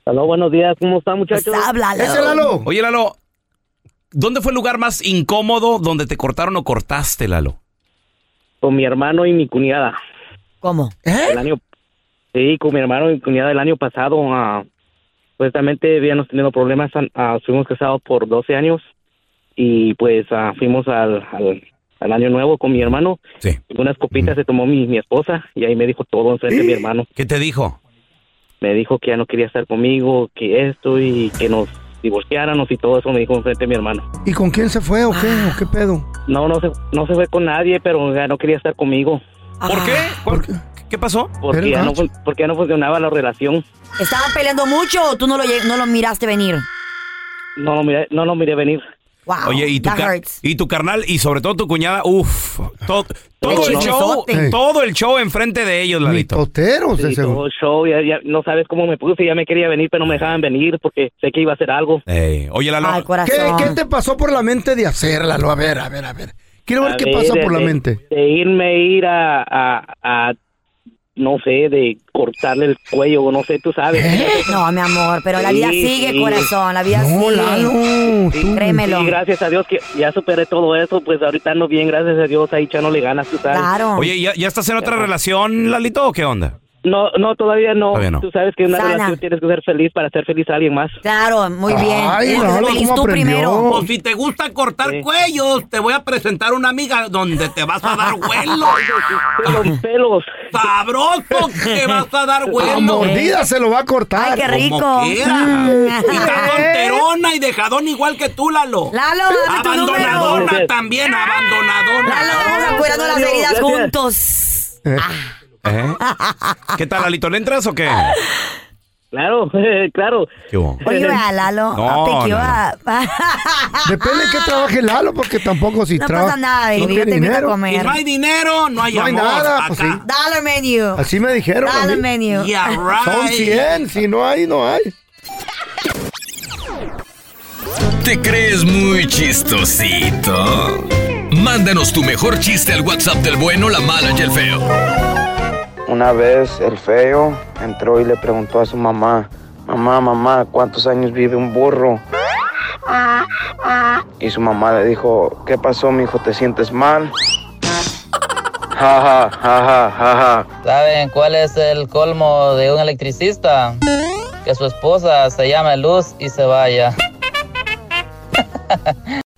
Speaker 13: Aló, buenos días, ¿cómo están
Speaker 2: Pues
Speaker 13: muchachos?
Speaker 1: Ese Lalo. Oye, Lalo, ¿dónde fue el lugar más incómodo donde te cortaron o cortaste, Lalo?
Speaker 13: Con mi hermano y mi cuñada.
Speaker 2: ¿Cómo?
Speaker 1: ¿Eh?
Speaker 13: El año, sí, con mi hermano y mi cuñada el año pasado, ah, supuestamente habíamos tenido problemas, ah, fuimos casados por 12 años y pues ah, fuimos al, al, al año nuevo con mi hermano.
Speaker 1: Sí.
Speaker 13: Unas copitas se tomó mi, mi esposa y ahí me dijo todo enfrente de mi hermano.
Speaker 1: ¿Eh? ¿Qué te dijo?
Speaker 13: Me dijo que ya no quería estar conmigo, que esto y que nos divorciáramos y todo eso me dijo enfrente de mi hermano.
Speaker 7: ¿Y con quién se fue o qué? ¿O qué pedo?
Speaker 13: No, no se, no se fue con nadie, pero ya no quería estar conmigo.
Speaker 1: ¿Por qué?
Speaker 7: Ah.
Speaker 1: ¿Por- ¿Qué pasó?
Speaker 13: Porque ya, no, fun- porque ya no funcionaba la relación.
Speaker 2: ¿Estaban peleando mucho o tú no lo, lle- no lo miraste venir?
Speaker 13: No lo miré, no lo miré venir.
Speaker 2: Wow.
Speaker 1: Oye, y tu,
Speaker 2: Ah, that
Speaker 1: car-
Speaker 2: hurts.
Speaker 1: y tu carnal y sobre todo tu cuñada, uff, todo, todo el show,
Speaker 2: chismesote.
Speaker 1: todo el show enfrente de ellos, Lalito.
Speaker 7: Toteros,
Speaker 13: Sí, todo el show, ya, ya no sabes cómo me puse, ya me quería venir, pero no me dejaban venir porque sé que iba a hacer algo.
Speaker 1: Ey, oye, Lalo.
Speaker 2: Ah,
Speaker 7: ¿Qué, qué te pasó por la mente de hacerla? A ver, a ver, a ver. Quiero ver
Speaker 13: A
Speaker 7: qué
Speaker 13: ver,
Speaker 7: pasa
Speaker 13: de-
Speaker 7: por la
Speaker 13: de-
Speaker 7: mente.
Speaker 13: De irme, ir a, a, a, no sé, de cortarle el cuello, no sé, tú sabes.
Speaker 7: ¿Eh?
Speaker 2: No, mi amor, pero la vida
Speaker 13: Sí,
Speaker 2: sigue,
Speaker 13: sí.
Speaker 2: corazón, la vida sigue.
Speaker 13: Sí,
Speaker 2: Créemelo.
Speaker 13: sí, gracias a Dios que ya superé todo eso, pues ahorita ando bien, gracias a Dios, ahí ya no le ganas, tú sabes.
Speaker 1: Oye, ¿ya, ya estás en otra relación, Lalito, o qué onda?
Speaker 13: No, no, todavía no.
Speaker 1: Todavía no.
Speaker 13: Tú sabes que en una
Speaker 2: Sana.
Speaker 13: relación tienes que ser feliz para ser feliz a alguien más.
Speaker 2: Claro, muy bien.
Speaker 13: Ay,
Speaker 2: Tienes que ser
Speaker 13: Lalo,
Speaker 2: feliz
Speaker 13: ¿cómo
Speaker 2: tú
Speaker 13: aprendió?
Speaker 2: primero.
Speaker 13: Pues,
Speaker 1: si te gusta cortar cuellos, te voy a presentar una amiga donde te vas a dar vuelo.
Speaker 13: Pelos, pelos.
Speaker 1: Sabroso, te vas a dar
Speaker 7: A mordida se lo va a cortar.
Speaker 2: Ay, qué rico. Mm.
Speaker 1: ¿Eh? y dejadón igual que tú, Lalo.
Speaker 2: Lalo, dame tu número.
Speaker 1: Abandonadona también, abandonadona.
Speaker 2: Lalo, vamos a curarnos las heridas
Speaker 13: Gracias.
Speaker 2: juntos.
Speaker 1: ¿Eh? ¿Qué tal, Lalito? ¿Le entras o qué?
Speaker 13: Claro, claro.
Speaker 1: ¿Qué hubo?
Speaker 2: Oye, vea, Lalo.
Speaker 1: No,
Speaker 2: pick you
Speaker 1: no, no.
Speaker 2: up.
Speaker 7: Depende de qué trabaje Lalo, porque tampoco si
Speaker 2: No
Speaker 7: trabaja.
Speaker 2: pasa nada, baby, yo
Speaker 7: tiene
Speaker 2: te invito a
Speaker 7: dinero.
Speaker 2: comer.
Speaker 3: Pues
Speaker 2: Y no hay
Speaker 1: dinero, no
Speaker 7: hay No hay amor. nada, pues, Acá. sí.
Speaker 2: Dollar menu.
Speaker 7: Así me dijeron. a
Speaker 2: Dollar
Speaker 7: mí.
Speaker 2: menu.
Speaker 1: Yeah, right.
Speaker 7: Son 100, si no hay, no hay.
Speaker 11: ¿Te crees muy chistosito? Mándanos tu mejor chiste al WhatsApp del bueno, la mala y el feo.
Speaker 14: Una vez el feo entró y le preguntó a su mamá, mamá, mamá, ¿cuántos años vive un burro? Y su mamá le dijo, ¿qué pasó, mi hijo? ¿Te sientes mal? Ja, ja, ja, ja, ja, ja.
Speaker 5: ¿Saben cuál es el colmo de un electricista? Que su esposa se llame Luz y se vaya.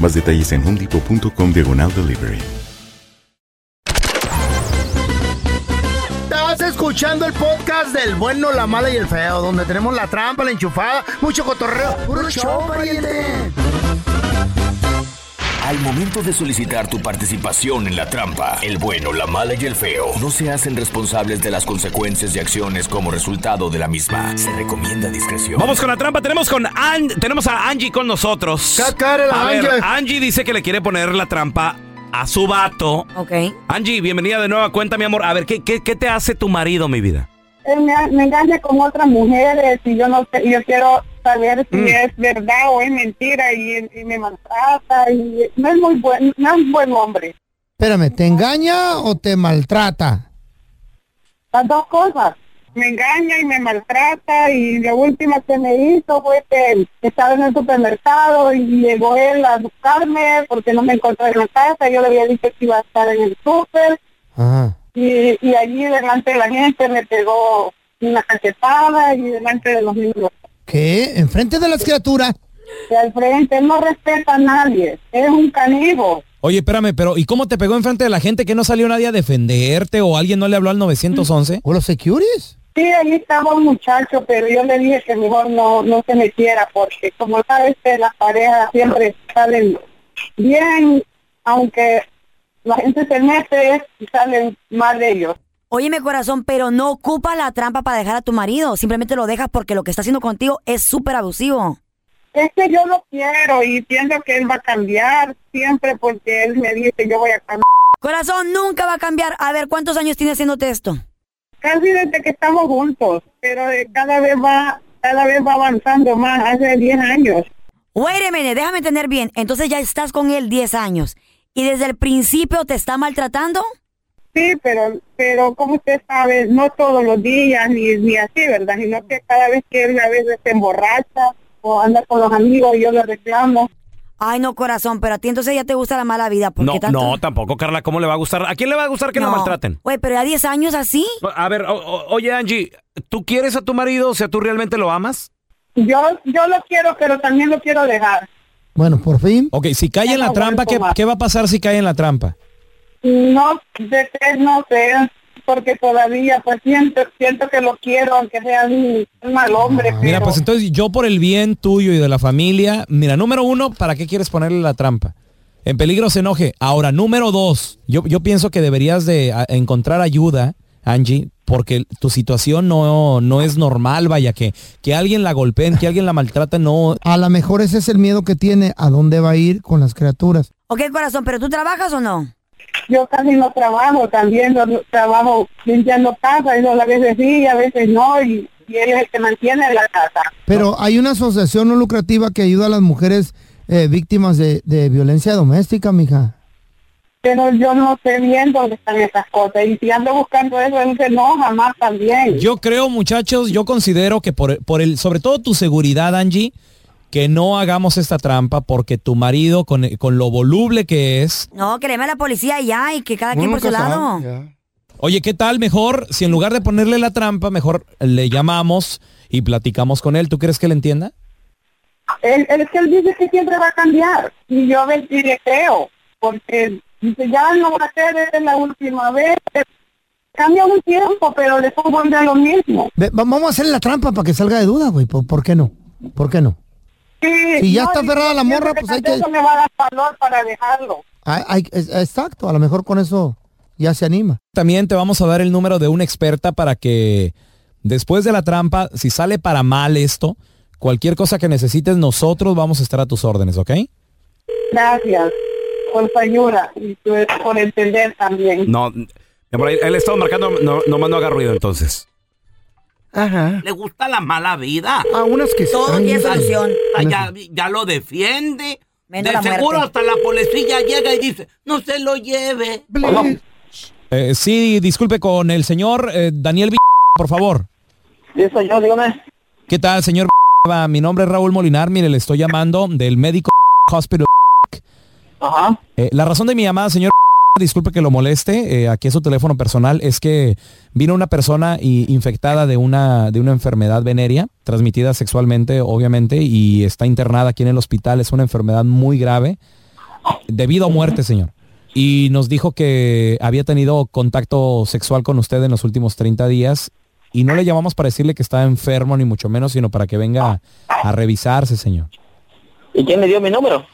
Speaker 15: Más detalles en homedepot.com diagonal delivery.
Speaker 3: Estás escuchando el podcast del bueno, la mala y el feo, donde tenemos la trampa, la enchufada, mucho cotorreo. ¡Puro show, pariente!
Speaker 11: Al momento de solicitar tu participación en la trampa, el bueno, la mala y el feo no se hacen responsables de las consecuencias y acciones como resultado de la misma. Se recomienda discreción.
Speaker 1: Vamos con la trampa. Tenemos, con An- tenemos a Angie con nosotros.
Speaker 3: la
Speaker 1: a ver,
Speaker 3: Angie.
Speaker 1: Angie dice que le quiere poner la trampa a su vato.
Speaker 2: Ok.
Speaker 1: Angie, bienvenida de nueva cuenta, mi amor. A ver, ¿qué, qué, qué te hace tu marido, mi vida?
Speaker 16: Él me, me engaña con otras mujeres y yo no sé, yo quiero saber
Speaker 1: Mm.
Speaker 16: si es verdad o es mentira y, y me maltrata y no es muy buen, no es buen hombre.
Speaker 17: Espérame, ¿te engaña o te maltrata?
Speaker 16: Las dos cosas. Me engaña y me maltrata y la última que me hizo fue que estaba en el supermercado y llegó él a buscarme porque no me encontró en la casa. Yo le había dicho que iba a estar en el súper y, y allí delante de la gente me pegó una cachetada y delante de los niños.
Speaker 17: ¿Qué? ¿Enfrente de las criaturas?
Speaker 16: Y al frente él no respeta a nadie, es un canivo.
Speaker 18: Oye, espérame, pero ¿y cómo te pegó enfrente de la gente que no salió nadie a defenderte o alguien no le habló al 911?
Speaker 17: Mm. ¿O los securities?
Speaker 16: Sí, ahí estaba un muchacho, pero yo le dije que mejor no, no se metiera, porque como sabes que las parejas siempre salen bien, aunque la gente se mete, salen mal de ellos.
Speaker 2: Óyeme, corazón, pero no ocupa la trampa para dejar a tu marido. Simplemente lo dejas porque lo que está haciendo contigo es súper abusivo.
Speaker 16: Es que yo lo quiero y pienso que él va a cambiar siempre porque él me dice yo voy a cambiar.
Speaker 2: Corazón, nunca va a cambiar. A ver, ¿cuántos años tiene haciéndote esto?
Speaker 16: Casi desde que estamos juntos, pero eh, cada vez va, cada vez va avanzando más, hace 10 años.
Speaker 2: Wait a minute, déjame entender bien. Entonces ya estás con él 10 años. ¿Y desde el principio te está maltratando?
Speaker 16: Sí, pero, pero como usted sabe, no todos los días ni, ni así, ¿verdad? Sino que cada vez que él a veces se emborracha o anda con los amigos, yo le reclamo.
Speaker 2: Ay, no, corazón, pero a ti entonces ya te gusta la mala vida. ¿Por
Speaker 1: No,
Speaker 2: qué tanto?
Speaker 1: no, tampoco, Carla. ¿Cómo le va a gustar? ¿A quién le va a gustar que la
Speaker 2: No.
Speaker 1: maltraten?
Speaker 2: Güey, pero ya 10 años así.
Speaker 1: A ver, o- o- oye, Angie, ¿tú quieres a tu marido? O sea, ¿tú realmente lo amas?
Speaker 16: Yo, yo lo quiero, pero también lo quiero dejar.
Speaker 17: Bueno, por fin.
Speaker 18: Ok, si cae en la trampa, ¿qué, qué va a pasar si cae en la trampa?
Speaker 16: No, de qué no sé, porque todavía pues siento, siento que lo quiero, aunque sea un, un mal hombre.
Speaker 18: Mira,
Speaker 16: pero-
Speaker 18: pues entonces yo por el bien tuyo y de la familia, mira, número uno, ¿para qué quieres ponerle la trampa? En peligro se enoje. Ahora, número dos, yo, yo pienso que deberías de a, encontrar ayuda, Angie, porque tu situación no, no es normal, vaya, que, que alguien la golpeen, que alguien la maltrata, no...
Speaker 17: A lo mejor ese es el miedo que tiene, a dónde va a ir con las criaturas.
Speaker 2: Ok, corazón, pero ¿tú trabajas o no?
Speaker 16: yo casi no trabajo, también yo trabajo limpiando casa, y a veces sí, a veces no, y, y él es el que mantiene la casa.
Speaker 17: Pero hay una asociación no lucrativa que ayuda a las mujeres eh, víctimas de, de violencia doméstica, mija.
Speaker 16: pero yo no sé bien dónde están esas cosas. Y si ando buscando eso, él se enoja más también.
Speaker 1: Yo creo, muchachos, yo considero que por, por el, sobre todo tu seguridad, Angie, que no hagamos esta trampa porque tu marido, con, con lo voluble que es.
Speaker 2: No, que le llame a la policía y ya, y que cada quien por su lado.
Speaker 1: Oye, ¿qué tal? Mejor, si en lugar de ponerle la trampa, mejor le llamamos y platicamos con él. ¿Tú crees que le entienda?
Speaker 16: Él, él- es que él dice que siempre va a cambiar. Y yo ve- sí le creo, porque dice, ya no va a ser, esta es la última vez. Cambia un tiempo, pero después vuelve a lo mismo.
Speaker 3: Ve, va- vamos a hacer la trampa para que salga de duda, güey. ¿Por, por qué no? ¿Por qué no?
Speaker 16: Sí,
Speaker 3: Si ya
Speaker 16: no,
Speaker 3: está
Speaker 16: dice,
Speaker 3: aferrada la morra,
Speaker 16: siempre
Speaker 3: pues hay
Speaker 16: tanto
Speaker 3: que-
Speaker 16: Eso me va a dar valor para dejarlo.
Speaker 3: Ay, ay, es- exacto, a lo mejor con eso ya se anima.
Speaker 1: También te vamos a dar el número de una experta para que después de la trampa, si sale para mal esto, cualquier cosa que necesites, nosotros vamos a estar a tus órdenes, ¿ok?
Speaker 16: Gracias por su ayuda y por- por entender también.
Speaker 19: No, mi amor, él, él estaba marcando, no, nomás no haga ruido entonces.
Speaker 3: Ajá.
Speaker 13: Le gusta la mala vida.
Speaker 3: A unas que
Speaker 13: Todo
Speaker 3: están-
Speaker 13: tiene solución.
Speaker 3: Unas-
Speaker 13: Ya, ya lo defiende.
Speaker 2: Menos
Speaker 13: de
Speaker 2: la muerte.
Speaker 13: seguro hasta la policía llega y dice, no se lo lleve.
Speaker 1: Eh, sí, disculpe con el señor eh, Daniel V- por favor.
Speaker 6: yo, dígame.
Speaker 1: ¿Qué tal, señor? V-? Mi nombre es Raúl Molinar, mire, le estoy llamando del médico Hospital.
Speaker 6: Ajá.
Speaker 1: Eh, la razón de mi llamada, señor, disculpe que lo moleste, eh, aquí es su teléfono personal, es que vino una persona i- infectada de una, de una enfermedad venérea, transmitida sexualmente, obviamente, y está internada aquí en el hospital, es una enfermedad muy grave, debido a muerte, señor. Y nos dijo que había tenido contacto sexual con usted en los últimos 30 días. Y no le llamamos para decirle que está enfermo, ni mucho menos, sino para que venga a revisarse, señor.
Speaker 6: ¿Y quién le dio mi número?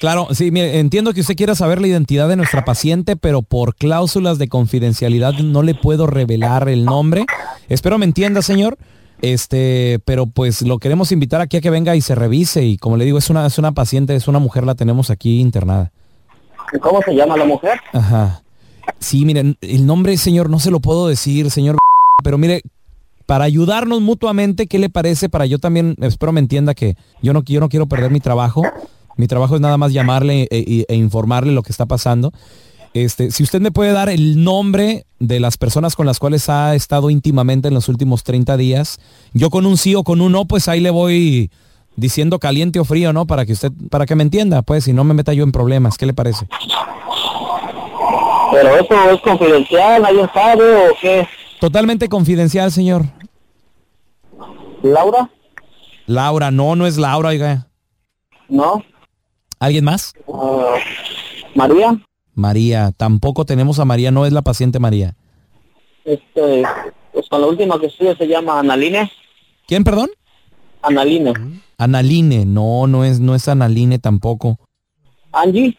Speaker 1: Claro, sí, mire, entiendo que usted quiera saber la identidad de nuestra paciente, pero por cláusulas de confidencialidad no le puedo revelar el nombre. Espero me entienda, señor. Este, pero pues lo queremos invitar aquí a que venga y se revise. Y como le digo, es una, es una paciente, es una mujer, la tenemos aquí internada.
Speaker 6: ¿Cómo se llama la mujer?
Speaker 1: Ajá. Sí, miren, el nombre, señor, no se lo puedo decir, señor. Pero mire, para ayudarnos mutuamente, ¿qué le parece? Para yo también, espero me entienda que yo no, yo no quiero perder mi trabajo. Mi trabajo es nada más llamarle e, e- e informarle lo que está pasando. Este, si usted me puede dar el nombre de las personas con las cuales ha estado íntimamente en los últimos 30 días, yo con un sí o con un no, pues ahí le voy diciendo caliente o frío, ¿no? Para que usted, para que me entienda, pues, y no me meta yo en problemas. ¿Qué le parece?
Speaker 6: ¿Pero eso es confidencial? ¿Alguien sabe o qué?
Speaker 1: Totalmente confidencial, señor.
Speaker 6: ¿Laura?
Speaker 1: Laura, no, no es Laura, oiga.
Speaker 6: ¿No?
Speaker 1: ¿Alguien más?
Speaker 6: Ah, ¿María?
Speaker 1: María, tampoco tenemos a María, no es la paciente María.
Speaker 6: Este, pues con la última que estuve se llama Analine.
Speaker 1: ¿Quién, perdón?
Speaker 6: Analine.
Speaker 1: Analine, no, no es, no es Analine tampoco.
Speaker 6: ¿Angie?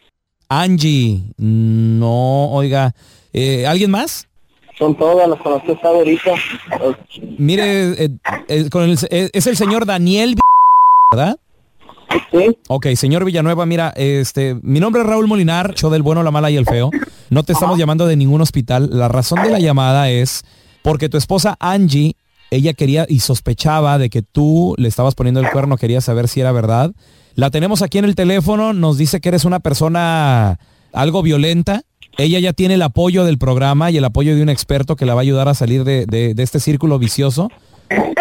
Speaker 1: Angie, mm, no, oiga. Eh, ¿Alguien más?
Speaker 6: Son todas las con las que he estado ahorita.
Speaker 1: Mire, eh, eh, con el- eh, es el señor Daniel, ¿verdad?
Speaker 6: Sí.
Speaker 1: Ok, señor Villanueva, mira, este, mi nombre es Raúl Molinar, show del bueno, la mala y el feo. No te estamos llamando de ningún hospital. La razón de la llamada es porque tu esposa Angie, ella quería y sospechaba de que tú le estabas poniendo el cuerno, quería saber si era verdad. La tenemos aquí en el teléfono, nos dice que eres una persona algo violenta. Ella ya tiene el apoyo del programa y el apoyo de un experto que la va a ayudar a salir de, de- de este círculo vicioso.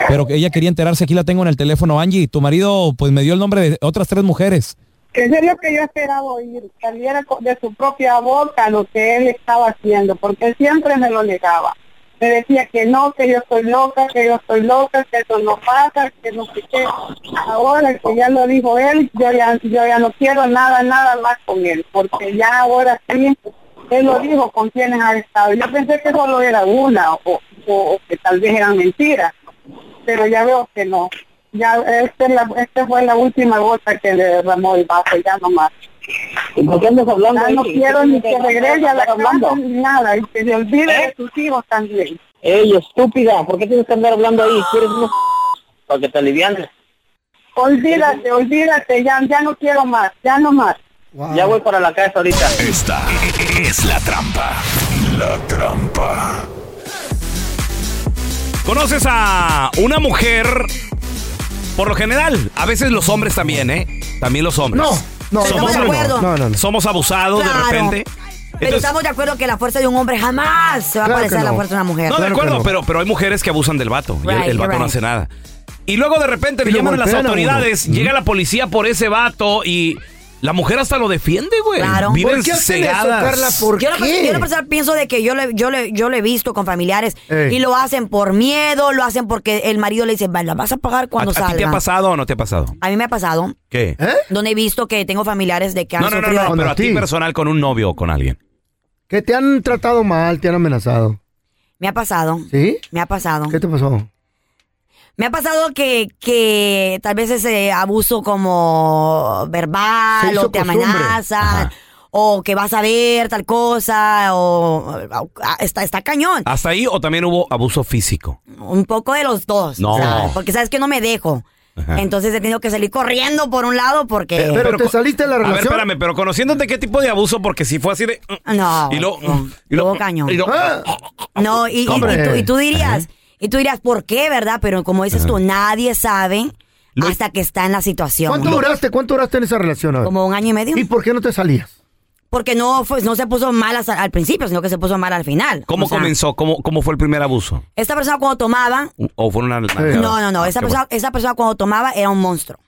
Speaker 1: Pero que ella quería enterarse, aquí la tengo en el teléfono, Angie. Tu marido pues me dio el nombre de otras tres mujeres.
Speaker 16: Eso es lo que yo esperaba oír, saliera co- de su propia boca lo que él estaba haciendo, porque él siempre me lo negaba. Me decía que no, que yo estoy loca, que yo estoy loca, que eso no pasa, que no sé qué. Ahora que ya lo dijo él, yo ya, yo ya no quiero nada, nada más con él, porque ya ahora sí, él lo dijo con quienes ha estado. Yo pensé que solo era una o, o- o que tal vez eran mentiras pero ya veo que no. Ya esta, es la- esta fue la última gota que le derramó el vaso, ya no más.
Speaker 6: ¿Y por qué andas hablando?
Speaker 16: Ya no
Speaker 6: ahí?
Speaker 16: quiero ni que regrese a la
Speaker 6: ¿Estás hablando? ¿Eh?
Speaker 16: casa ni nada, y que se olvide de sus hijos también.
Speaker 6: Ey, estúpida, ¿por qué tienes que andar hablando ahí? Si eres una... Para que te alivianes.
Speaker 16: Olvídate, olvídate, ya, ya no quiero más, ya no más.
Speaker 6: Ya voy para la casa ahorita.
Speaker 20: Esta es la trampa. La trampa.
Speaker 19: ¿Conoces a una mujer? Por lo general, a veces los hombres también, ¿eh? También los hombres.
Speaker 21: No, no,
Speaker 19: somos,
Speaker 21: no, no, no, no.
Speaker 19: somos abusados
Speaker 21: Claro.
Speaker 19: de repente.
Speaker 2: Pero estamos de acuerdo que la fuerza de un hombre jamás se va a
Speaker 1: Claro
Speaker 2: parecer
Speaker 1: que
Speaker 2: a la
Speaker 1: no.
Speaker 2: fuerza de una mujer.
Speaker 1: No, de acuerdo, pero, pero hay mujeres que abusan del vato. y el-
Speaker 2: Right,
Speaker 1: el, vato
Speaker 2: right.
Speaker 1: no hace nada. Y luego de repente le
Speaker 2: Y lo
Speaker 1: llaman a las
Speaker 2: golpean a
Speaker 1: autoridades,
Speaker 2: uno.
Speaker 1: llega la policía por ese vato y la mujer hasta lo defiende, güey.
Speaker 2: Claro.
Speaker 1: Viven cegadas.
Speaker 2: yo no pens- yo no pensaba- pienso de que yo le, yo le, yo le he visto con familiares
Speaker 1: Ey.
Speaker 2: y lo hacen por miedo, lo hacen porque el marido le dice, "Va, la vas a pagar
Speaker 1: ¿A,
Speaker 2: cuando
Speaker 1: a ti te ha
Speaker 2: salga.
Speaker 1: pasado o no te ha pasado?
Speaker 2: A mí me ha pasado,
Speaker 1: ¿Qué?
Speaker 2: donde he visto que tengo familiares de que han
Speaker 1: No, no, no,
Speaker 2: sufrido.
Speaker 1: no, pero a ti personal con un novio o con alguien.
Speaker 7: Que te han tratado mal, te han amenazado.
Speaker 2: Me ha pasado.
Speaker 7: ¿Sí?
Speaker 2: Me ha pasado.
Speaker 7: ¿Qué te pasó?
Speaker 2: Me ha pasado que, que tal vez ese abuso como
Speaker 7: Se
Speaker 2: verbal
Speaker 7: hizo
Speaker 2: o te
Speaker 7: costumbre.
Speaker 2: amenazan o que vas a ver tal cosa o, o- ah, está, está cañón.
Speaker 1: ¿Hasta ahí o también hubo abuso físico?
Speaker 2: Un poco de los dos.
Speaker 1: No.
Speaker 2: ¿sabes? Porque sabes que no me dejo.
Speaker 1: Ajá.
Speaker 2: Entonces he tenido que salir corriendo por un lado porque...
Speaker 7: Eh,
Speaker 1: co- A ver, espérame, pero conociéndote, ¿qué tipo de abuso? Porque si fue así de...
Speaker 2: No.
Speaker 1: Y lo... Y lo cañón.
Speaker 7: Ah.
Speaker 2: No, y, y- y
Speaker 1: Hombre.
Speaker 2: tú, y tú dirías, y tú dirías, ¿por qué, verdad? Pero como dices tú, nadie sabe hasta que está en la situación.
Speaker 7: ¿Cuánto duraste? ¿Cuánto duraste en esa relación? A ver.
Speaker 2: Como un año y medio.
Speaker 7: ¿Y por qué no te salías?
Speaker 2: Porque no, pues, no se puso mal as- al principio, sino que se puso mal al final.
Speaker 1: ¿Cómo
Speaker 2: O sea,
Speaker 1: comenzó? ¿Cómo, ¿Cómo fue el primer abuso?
Speaker 2: Esta persona cuando tomaba...
Speaker 1: ¿O fue una...
Speaker 2: No, no, no. Esa
Speaker 1: Ah, qué
Speaker 2: persona, esa persona cuando tomaba era un monstruo.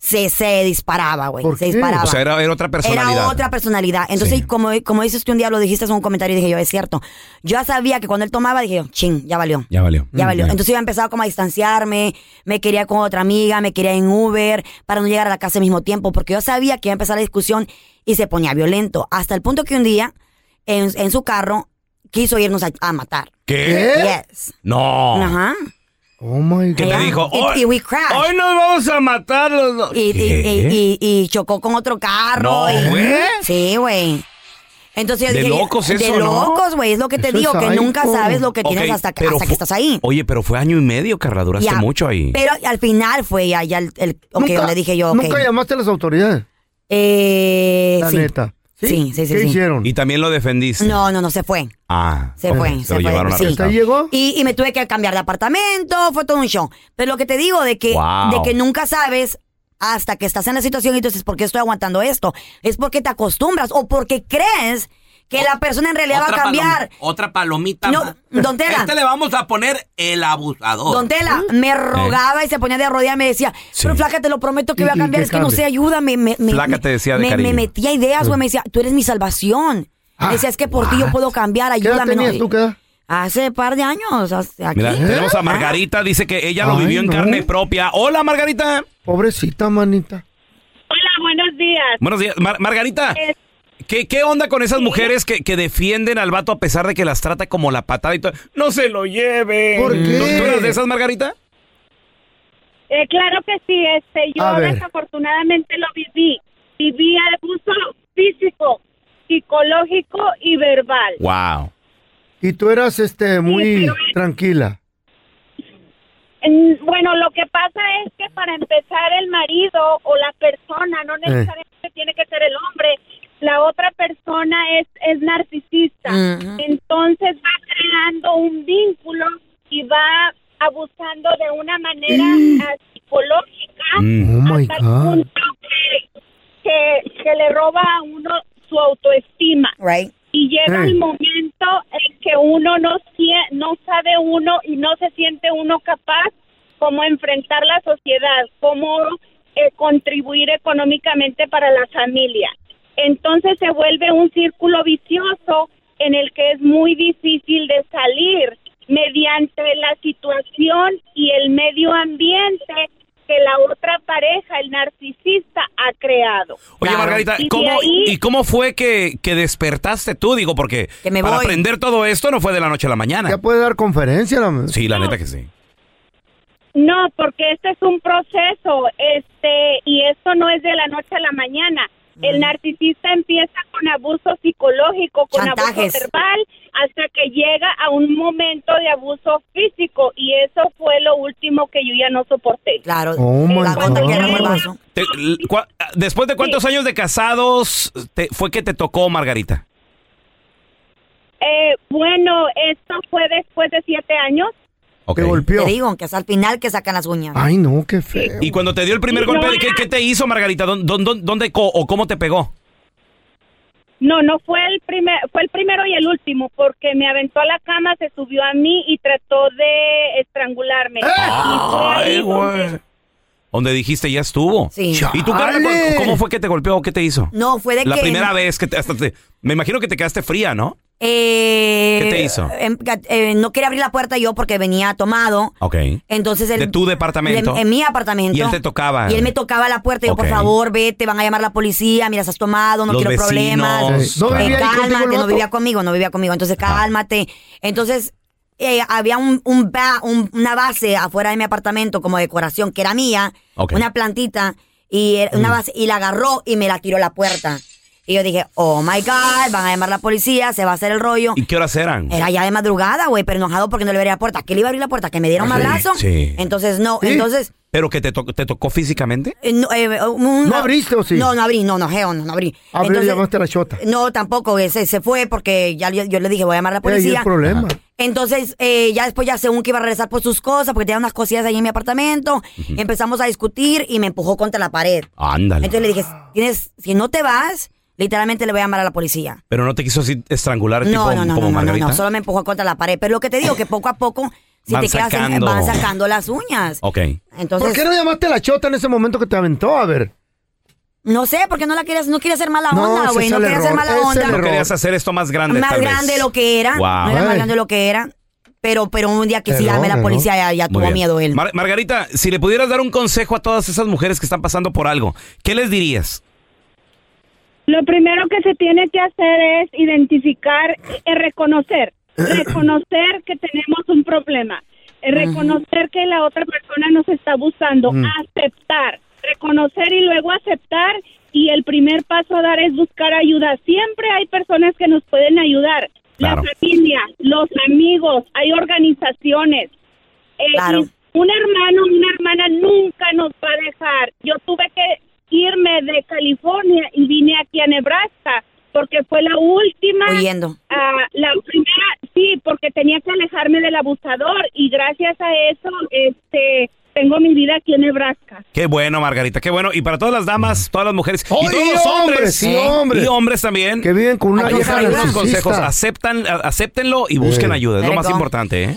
Speaker 2: Se, se disparaba, güey. eh, Se disparaba.
Speaker 1: O sea, era, era otra personalidad.
Speaker 2: Era otra personalidad. Entonces, como, como dices que un día lo dijiste en un comentario, dije yo, es cierto. Yo ya sabía que cuando él tomaba, dije yo, ching, ya valió.
Speaker 1: Mm, Ya valió.
Speaker 2: Ya valió. Entonces iba a empezar como a distanciarme, me quería con otra amiga, me quería en Uber para no llegar a la casa al mismo tiempo, porque yo sabía que iba a empezar la discusión y se ponía violento. Hasta el punto que un día, en, en su carro, quiso irnos a, a matar.
Speaker 1: ¿Qué?
Speaker 2: Yes.
Speaker 1: No.
Speaker 2: Ajá.
Speaker 7: Oh my God.
Speaker 1: ¿Qué te dijo?
Speaker 2: Y-
Speaker 1: Hoy-
Speaker 2: y we crashed.
Speaker 1: Hoy nos vamos a matar los dos.
Speaker 2: Y, y-
Speaker 1: ¿Qué?
Speaker 2: y- y- y chocó con otro carro.
Speaker 1: No,
Speaker 2: y-
Speaker 1: güey.
Speaker 2: Sí, güey. Entonces yo
Speaker 1: De
Speaker 2: dije,
Speaker 1: locos eso,
Speaker 2: De
Speaker 1: ¿no?
Speaker 2: locos, güey. Es lo que te
Speaker 1: Eso
Speaker 2: digo,
Speaker 1: es
Speaker 2: que nunca
Speaker 1: psycho.
Speaker 2: sabes lo que tienes
Speaker 1: Ok,
Speaker 2: hasta, que-
Speaker 1: pero
Speaker 2: hasta que
Speaker 1: fu-
Speaker 2: estás ahí.
Speaker 1: Oye, pero fue año y medio, Carla. Duraste
Speaker 2: Ya,
Speaker 1: mucho ahí.
Speaker 2: Pero al final fue ya, ya el, el- ok,
Speaker 7: Nunca-
Speaker 2: le dije yo, ok.
Speaker 7: Nunca llamaste a las autoridades.
Speaker 2: Eh,
Speaker 7: La
Speaker 2: sí.
Speaker 7: neta.
Speaker 2: Sí, sí, sí.
Speaker 7: ¿Qué
Speaker 2: sí.
Speaker 7: hicieron?
Speaker 1: Y también lo defendiste.
Speaker 2: No, no, no, se fue.
Speaker 1: Ah.
Speaker 2: Se fue, se,
Speaker 1: Se lo
Speaker 2: fue.
Speaker 1: llevaron
Speaker 2: sí.
Speaker 1: a
Speaker 2: Y, y me tuve que cambiar de apartamento, fue todo un show. Pero lo que te digo de que,
Speaker 1: Wow.
Speaker 2: de que nunca sabes hasta que estás en la situación y tú dices, ¿por qué estoy aguantando esto? Es porque te acostumbras o porque crees que la persona en realidad va a cambiar.
Speaker 22: otra palomita.
Speaker 2: No,
Speaker 22: más.
Speaker 2: don Tela.
Speaker 22: A Este le vamos a poner el abusador.
Speaker 2: Don Tela me rogaba y se ponía de rodillas y me decía, pero flaca, te lo prometo
Speaker 22: ¿Y-
Speaker 2: que voy a
Speaker 22: y
Speaker 2: cambiar,
Speaker 22: qué
Speaker 2: es que no
Speaker 22: cambia?
Speaker 2: sé, ayúdame. Me, me,
Speaker 1: Flaca
Speaker 2: me-
Speaker 1: te decía de
Speaker 2: me, me
Speaker 1: cariño.
Speaker 2: metía ideas, güey, me decía, tú eres mi salvación. Me
Speaker 1: Mm. Ah,
Speaker 2: decía, es que por ti yo
Speaker 1: what?
Speaker 2: puedo cambiar,
Speaker 1: edad
Speaker 2: ayúdame. no".
Speaker 1: tenías tú,
Speaker 2: Hace par de años, hace- aquí.
Speaker 1: Mira, tenemos a Margarita, dice que ella lo
Speaker 7: Ay,
Speaker 1: vivió en
Speaker 7: no.
Speaker 1: carne propia. Oh, Hola, Margarita.
Speaker 7: Pobrecita, manita.
Speaker 6: Hola, buenos días.
Speaker 1: Buenos días. Mar- Margarita,
Speaker 6: Eh,
Speaker 1: ¿qué, qué onda con esas mujeres que, que defienden al vato a pesar de que las trata como la patada y todo? No se lo lleve. ¿Por
Speaker 6: qué?
Speaker 1: ¿Tú tú eras de esas, Margarita?
Speaker 6: eh, claro que sí, este,
Speaker 1: A
Speaker 6: yo
Speaker 1: ver.
Speaker 6: desafortunadamente lo viví. Viví abuso físico, psicológico y verbal.
Speaker 1: Wow.
Speaker 7: Y tú eras este muy
Speaker 6: pero-
Speaker 7: tranquila.
Speaker 6: Mm, Bueno, lo que pasa es que para empezar el marido o la persona,
Speaker 7: Eh.
Speaker 6: no necesariamente tiene que ser el hombre, la otra persona es, es narcisista.
Speaker 9: Ujú.
Speaker 6: Entonces va creando un vínculo y va abusando de una manera ah, psicológica
Speaker 7: Mm. Oh my
Speaker 6: hasta el
Speaker 7: God.
Speaker 6: punto que, que, que le roba a uno su autoestima. Y llega
Speaker 7: Hey.
Speaker 6: el momento en que uno no, sie- no sabe uno y no se siente uno capaz cómo enfrentar la sociedad, cómo eh, contribuir económicamente para la familia. Entonces se vuelve un círculo vicioso en el que es muy difícil de salir mediante la situación y el medio ambiente que la otra pareja, el narcisista, ha creado.
Speaker 1: Oye, Margarita,
Speaker 6: Y de
Speaker 1: ¿cómo,
Speaker 6: ahí-
Speaker 1: ¿y cómo fue que, que despertaste tú? Digo, porque
Speaker 6: Que me
Speaker 1: para
Speaker 6: voy.
Speaker 1: aprender todo esto no fue de la noche a la mañana.
Speaker 7: Ya puede dar conferencia. la-
Speaker 1: Sí, la neta que sí.
Speaker 6: No, porque este es un proceso, este, y esto no es de la noche a la mañana.
Speaker 2: Mm.
Speaker 6: El narcisista empieza con abuso psicológico, con
Speaker 2: Chantajes.
Speaker 6: abuso verbal, hasta que llega a un momento de abuso físico, y eso fue lo último que yo ya no soporté.
Speaker 2: Claro.
Speaker 1: Oh, my
Speaker 6: la cuando
Speaker 1: God.
Speaker 6: llegué-
Speaker 1: Te- l- cua- Después de cuántos años de casados te- fue que te tocó, Margarita.
Speaker 6: eh, bueno, esto fue después de siete años.
Speaker 1: Te
Speaker 2: golpeó. Te digo, que hasta el final que sacan las uñas.
Speaker 1: Ah.
Speaker 7: Ay, no, qué feo.
Speaker 1: Y cuando te dio el primer
Speaker 6: No,
Speaker 1: golpe, ¿qué, qué te hizo, Margarita? ¿Dó- dó- dó- ¿Dónde, co- o cómo te pegó?
Speaker 6: No, no fue el primer, fue el primero y el último, porque me aventó a la cama, se subió a mí y trató de estrangularme. Y fue ahí
Speaker 1: Ay, güey. Donde dijiste ya estuvo.
Speaker 2: Sí.
Speaker 1: ¿Y tú, Carla, cu-
Speaker 2: Chale.
Speaker 1: cómo fue que te golpeó? ¿Qué te hizo?
Speaker 2: No, fue de
Speaker 1: La
Speaker 2: que-
Speaker 1: primera vez que te, hasta te- Me imagino que te quedaste fría, ¿no?
Speaker 2: Eh,
Speaker 1: ¿Qué te hizo?
Speaker 2: em- eh, no quería abrir la puerta yo porque venía tomado.
Speaker 1: Ok.
Speaker 2: Entonces él-
Speaker 1: de tu departamento.
Speaker 2: de- en mi apartamento.
Speaker 1: Y él te tocaba.
Speaker 2: Y él me tocaba la puerta. y Yo,
Speaker 1: Ok.
Speaker 2: por favor, vete, van a llamar la policía. Mira, estás tomado, no
Speaker 1: Los
Speaker 2: quiero problemas.
Speaker 1: vecinos. Ah. Sí. ¿No
Speaker 2: Eh,
Speaker 1: vivía ahí contigo el
Speaker 2: cálmate, no
Speaker 1: vato?
Speaker 2: vivía conmigo, no vivía conmigo. Entonces, cálmate. Entonces, eh, había un, un ba- un- una base afuera de mi apartamento como decoración que era mía.
Speaker 9: Ok.
Speaker 2: Una plantita. Y, era una
Speaker 9: Mm.
Speaker 2: base, y la agarró y me la tiró a la puerta. Y yo dije, oh my God, van a llamar la policía, se va a hacer el rollo.
Speaker 1: ¿Y qué horas eran?
Speaker 2: Era ya de madrugada, güey, pero enojado porque no le abría la puerta. ¿Que le iba a abrir la puerta? ¿Que me diera un
Speaker 1: Ah, Sí,
Speaker 2: abrazo?
Speaker 1: sí.
Speaker 2: Entonces, no. Entonces,
Speaker 1: ¿Pero que te, to- te tocó físicamente?
Speaker 2: eh, no, eh, un-
Speaker 1: ¿No abriste o sí? Ah,
Speaker 2: No, no abrí, no, no, geo, no, no abrí.
Speaker 7: Abrió
Speaker 2: Entonces,
Speaker 7: y llamaste a la chota.
Speaker 2: no, tampoco, eh, se, se fue porque ya yo, yo le dije, voy a llamar a
Speaker 1: Eh,
Speaker 2: la
Speaker 7: Ahí
Speaker 2: policía.
Speaker 7: el problema.
Speaker 2: Entonces, eh, ya después, ya según que iba a regresar por sus cosas, porque tenía unas cosillas ahí en mi apartamento, empezamos a discutir y me empujó contra la pared.
Speaker 1: Ándale.
Speaker 2: Entonces le dije, tienes, si no te vas, literalmente le voy a llamar a la policía.
Speaker 1: Pero no te quiso así estrangular
Speaker 2: No,
Speaker 1: tipo
Speaker 2: no, no,
Speaker 1: como
Speaker 2: no, no, no,
Speaker 1: Margarita.
Speaker 2: no, solo me empujó contra la pared. Pero lo que te digo, que poco a poco, si
Speaker 1: Van
Speaker 2: te quedas, en-
Speaker 1: sacando.
Speaker 2: van sacando las uñas.
Speaker 1: Ok.
Speaker 2: Entonces,
Speaker 7: ¿Por qué no llamaste a la chota en ese momento que te aventó? A ver.
Speaker 2: no sé, porque no la querías, no quería hacer mala
Speaker 7: No,
Speaker 2: onda,
Speaker 7: ese
Speaker 2: güey.
Speaker 7: es
Speaker 2: No
Speaker 7: el
Speaker 2: quería hacer
Speaker 7: error,
Speaker 2: mala
Speaker 7: ese es
Speaker 2: onda.
Speaker 7: el
Speaker 1: No querías hacer esto más grande,
Speaker 2: más
Speaker 1: tal vez.
Speaker 2: grande de lo que era.
Speaker 1: Wow.
Speaker 2: No era más
Speaker 1: Ey.
Speaker 2: grande de lo que era. Pero, pero un día que sí
Speaker 1: Perdona,
Speaker 2: llamé a la
Speaker 1: ¿no?
Speaker 2: policía, ya, ya
Speaker 1: Muy
Speaker 2: tuvo
Speaker 1: bien.
Speaker 2: miedo él.
Speaker 1: Mar- Margarita, si le pudieras dar un consejo a todas esas mujeres que están pasando por algo, ¿qué les dirías?
Speaker 6: Lo primero que se tiene que hacer es identificar, y reconocer, reconocer que tenemos un problema, eh,
Speaker 9: Ujú.
Speaker 6: reconocer que la otra persona nos está abusando,
Speaker 9: Mm.
Speaker 6: aceptar, reconocer y luego aceptar y el primer paso a dar es buscar ayuda. Siempre hay personas que nos pueden ayudar,
Speaker 9: Claro.
Speaker 6: la familia, los amigos, hay organizaciones. Eh,
Speaker 9: Claro.
Speaker 6: y Un hermano, una hermana nunca nos va a dejar. Yo tuve que irme de California y vine aquí a Nebraska porque fue la última.
Speaker 2: Huyendo.
Speaker 6: ah, la primera, sí, porque tenía que alejarme del abusador y gracias a eso este, tengo mi vida aquí en Nebraska.
Speaker 1: Qué bueno, Margarita, qué bueno. Y para todas las damas, todas las mujeres y
Speaker 7: ¡Ay,
Speaker 1: todos los hombres, ¿eh?
Speaker 7: hombres, sí, hombres!
Speaker 1: y hombres también.
Speaker 7: Que viven con una
Speaker 1: Aquí
Speaker 7: vieja
Speaker 1: están algunos
Speaker 7: narcisista.
Speaker 1: consejos. Aceptan, a- acéptenlo y busquen
Speaker 7: Eh.
Speaker 1: ayuda. Es lo
Speaker 3: There
Speaker 1: más
Speaker 3: you go.
Speaker 1: importante, ¿eh?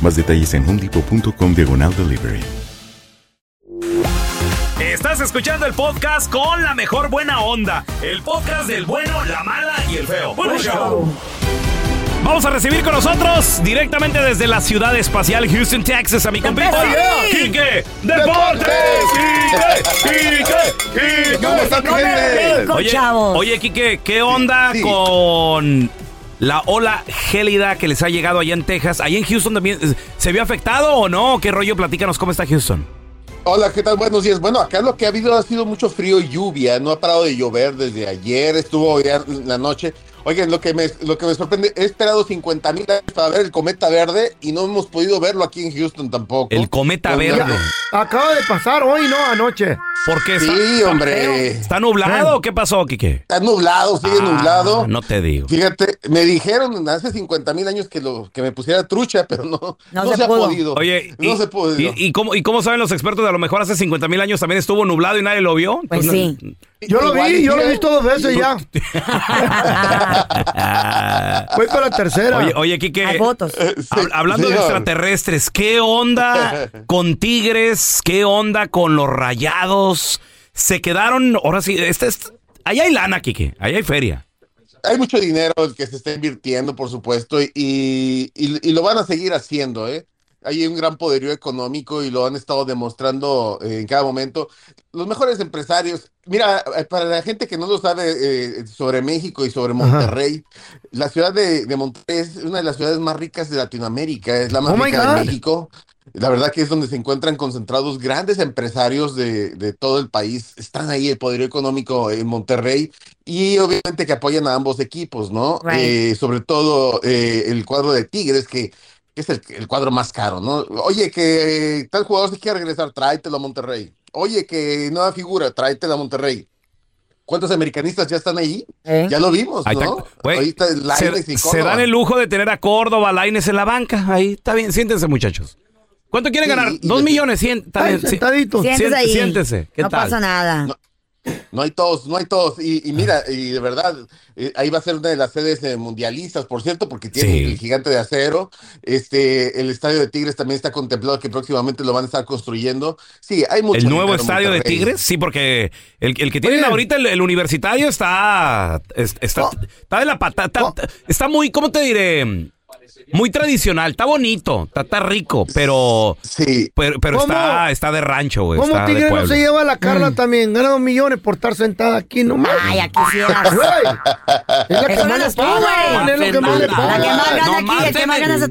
Speaker 15: Más detalles en homedepot.com diagonal delivery.
Speaker 1: Estás escuchando el podcast con la mejor buena onda. El podcast del bueno, la mala y el feo. Bueno, show. Vamos a recibir con nosotros directamente desde la ciudad espacial Houston, Texas, a mi compita
Speaker 9: ¡Oh, yeah!
Speaker 1: Quique Deportes. Quique, Quique,
Speaker 9: ¿Cómo está,
Speaker 1: Quique?
Speaker 9: Quique?
Speaker 1: Oye, oye, Quique, ¿qué onda con la ola gélida que les ha llegado allá en Texas? ¿Allá en Houston también eh, se vio afectado o no? ¿Qué rollo? Platícanos cómo está Houston.
Speaker 4: Hola, ¿qué tal? Buenos días. Bueno, acá lo que ha habido ha sido mucho frío y lluvia. No ha parado de llover desde ayer, estuvo ya la noche. Oigan, lo que me, lo que me sorprende, he esperado 50 mil años para ver el cometa verde y no hemos podido verlo aquí en Houston tampoco.
Speaker 1: El cometa verde.
Speaker 7: Acaba de pasar hoy, no anoche.
Speaker 1: ¿Por qué está,
Speaker 4: Sí,
Speaker 1: está
Speaker 4: hombre.
Speaker 1: feo? ¿Está
Speaker 4: Ah.
Speaker 1: nublado o qué pasó, Quique?
Speaker 4: Está nublado, eh, sigue
Speaker 1: Ah,
Speaker 4: nublado.
Speaker 1: No te digo.
Speaker 4: Fíjate, me dijeron hace 50 mil años que, lo, que me pusiera trucha, pero no, no, se, ha podido.
Speaker 1: Oye,
Speaker 4: no
Speaker 1: y,
Speaker 4: se ha podido.
Speaker 1: Y, y cómo, ¿Y cómo saben los expertos? A lo mejor hace 50 mil años también estuvo nublado y nadie lo vio.
Speaker 7: Pues
Speaker 1: Entonces,
Speaker 7: Yo lo
Speaker 1: Igual
Speaker 7: vi,
Speaker 1: y
Speaker 7: yo lo
Speaker 1: sí,
Speaker 7: he visto dos veces ya. Voy para la tercera.
Speaker 1: Oye, oye, Quique.
Speaker 7: Hay fotos.
Speaker 1: eh, hab- hablando de
Speaker 7: señor.
Speaker 1: extraterrestres, ¿qué onda con Tigres? ¿Qué onda con los rayados? Se quedaron, ahora sí, este es, ahí hay lana, Quique, ahí hay feria.
Speaker 4: Hay mucho dinero que se está invirtiendo, por supuesto, y, y- y lo van a seguir haciendo, ¿eh? Hay un gran poderío económico y lo han estado demostrando eh, en cada momento. Los mejores empresarios, mira, eh, para la gente que no lo sabe eh, sobre México y sobre Monterrey, la ciudad de, de Monterrey es una de las ciudades más ricas de Latinoamérica, es la más
Speaker 7: Oh my
Speaker 4: rica
Speaker 7: God.
Speaker 4: de México. La verdad que es donde se encuentran concentrados grandes empresarios de, de todo el país. Están ahí el poder económico en Monterrey y obviamente que apoyan a ambos equipos, ¿no?
Speaker 20: Right.
Speaker 4: Eh, sobre todo eh, el cuadro de Tigres, que, que es el, el cuadro más caro, ¿no? Oye, que tal jugador se quiere regresar, tráetelo a Monterrey. Oye, que nueva figura, tráetelo a Monterrey. ¿Cuántos americanistas ya están ahí? Ya lo vimos,
Speaker 1: Ahí está,
Speaker 4: Pues, ¿no?
Speaker 1: güey,
Speaker 4: Ahí está Lainez
Speaker 1: Se,
Speaker 4: y
Speaker 1: se dan
Speaker 4: Córdoba.
Speaker 1: el lujo de tener a Córdoba, Laines en la banca, ahí está bien, siéntense muchachos. ¿Cuánto quieren
Speaker 4: Sí,
Speaker 1: ganar?
Speaker 4: y
Speaker 1: Dos
Speaker 4: de-
Speaker 1: millones, cien, está bien, sí.
Speaker 2: Siéntese
Speaker 1: Sien-
Speaker 2: ahí.
Speaker 1: Siéntese, ¿qué
Speaker 2: no
Speaker 1: tal?
Speaker 2: pasa nada.
Speaker 4: No hay todos, no hay todos. Y, y
Speaker 1: Ah.
Speaker 4: mira, y de verdad, eh, ahí va a ser una de las sedes eh, mundialistas, por cierto, porque tiene el gigante de acero. Este, el estadio de Tigres también está contemplado que próximamente lo van a estar construyendo. Sí, hay mucho
Speaker 1: ¿El nuevo
Speaker 4: dinero en
Speaker 1: estadio de
Speaker 4: Monterrey.
Speaker 1: Tigres? Sí, porque el, el que tienen ahorita, el, el universitario, está. es-
Speaker 4: Oh.
Speaker 1: está, está de la patata. Está muy, ¿cómo te diré? Muy tradicional, está bonito, está, está rico, pero.
Speaker 4: Sí.
Speaker 1: Pero, pero
Speaker 7: ¿Cómo?
Speaker 1: está, está de rancho, güey.
Speaker 7: ¿Cómo
Speaker 1: está de Mm.
Speaker 7: Tigre no
Speaker 1: pueblo.
Speaker 7: se lleva a la Carla también? Gana dos millones por estar sentada aquí nomás. Ay, aquí sí Es la que
Speaker 22: Eso
Speaker 7: más
Speaker 22: no
Speaker 7: le
Speaker 22: eres tú,
Speaker 7: pagan.
Speaker 22: güey.
Speaker 7: Es lo que más le pagan.
Speaker 22: Nomás en el-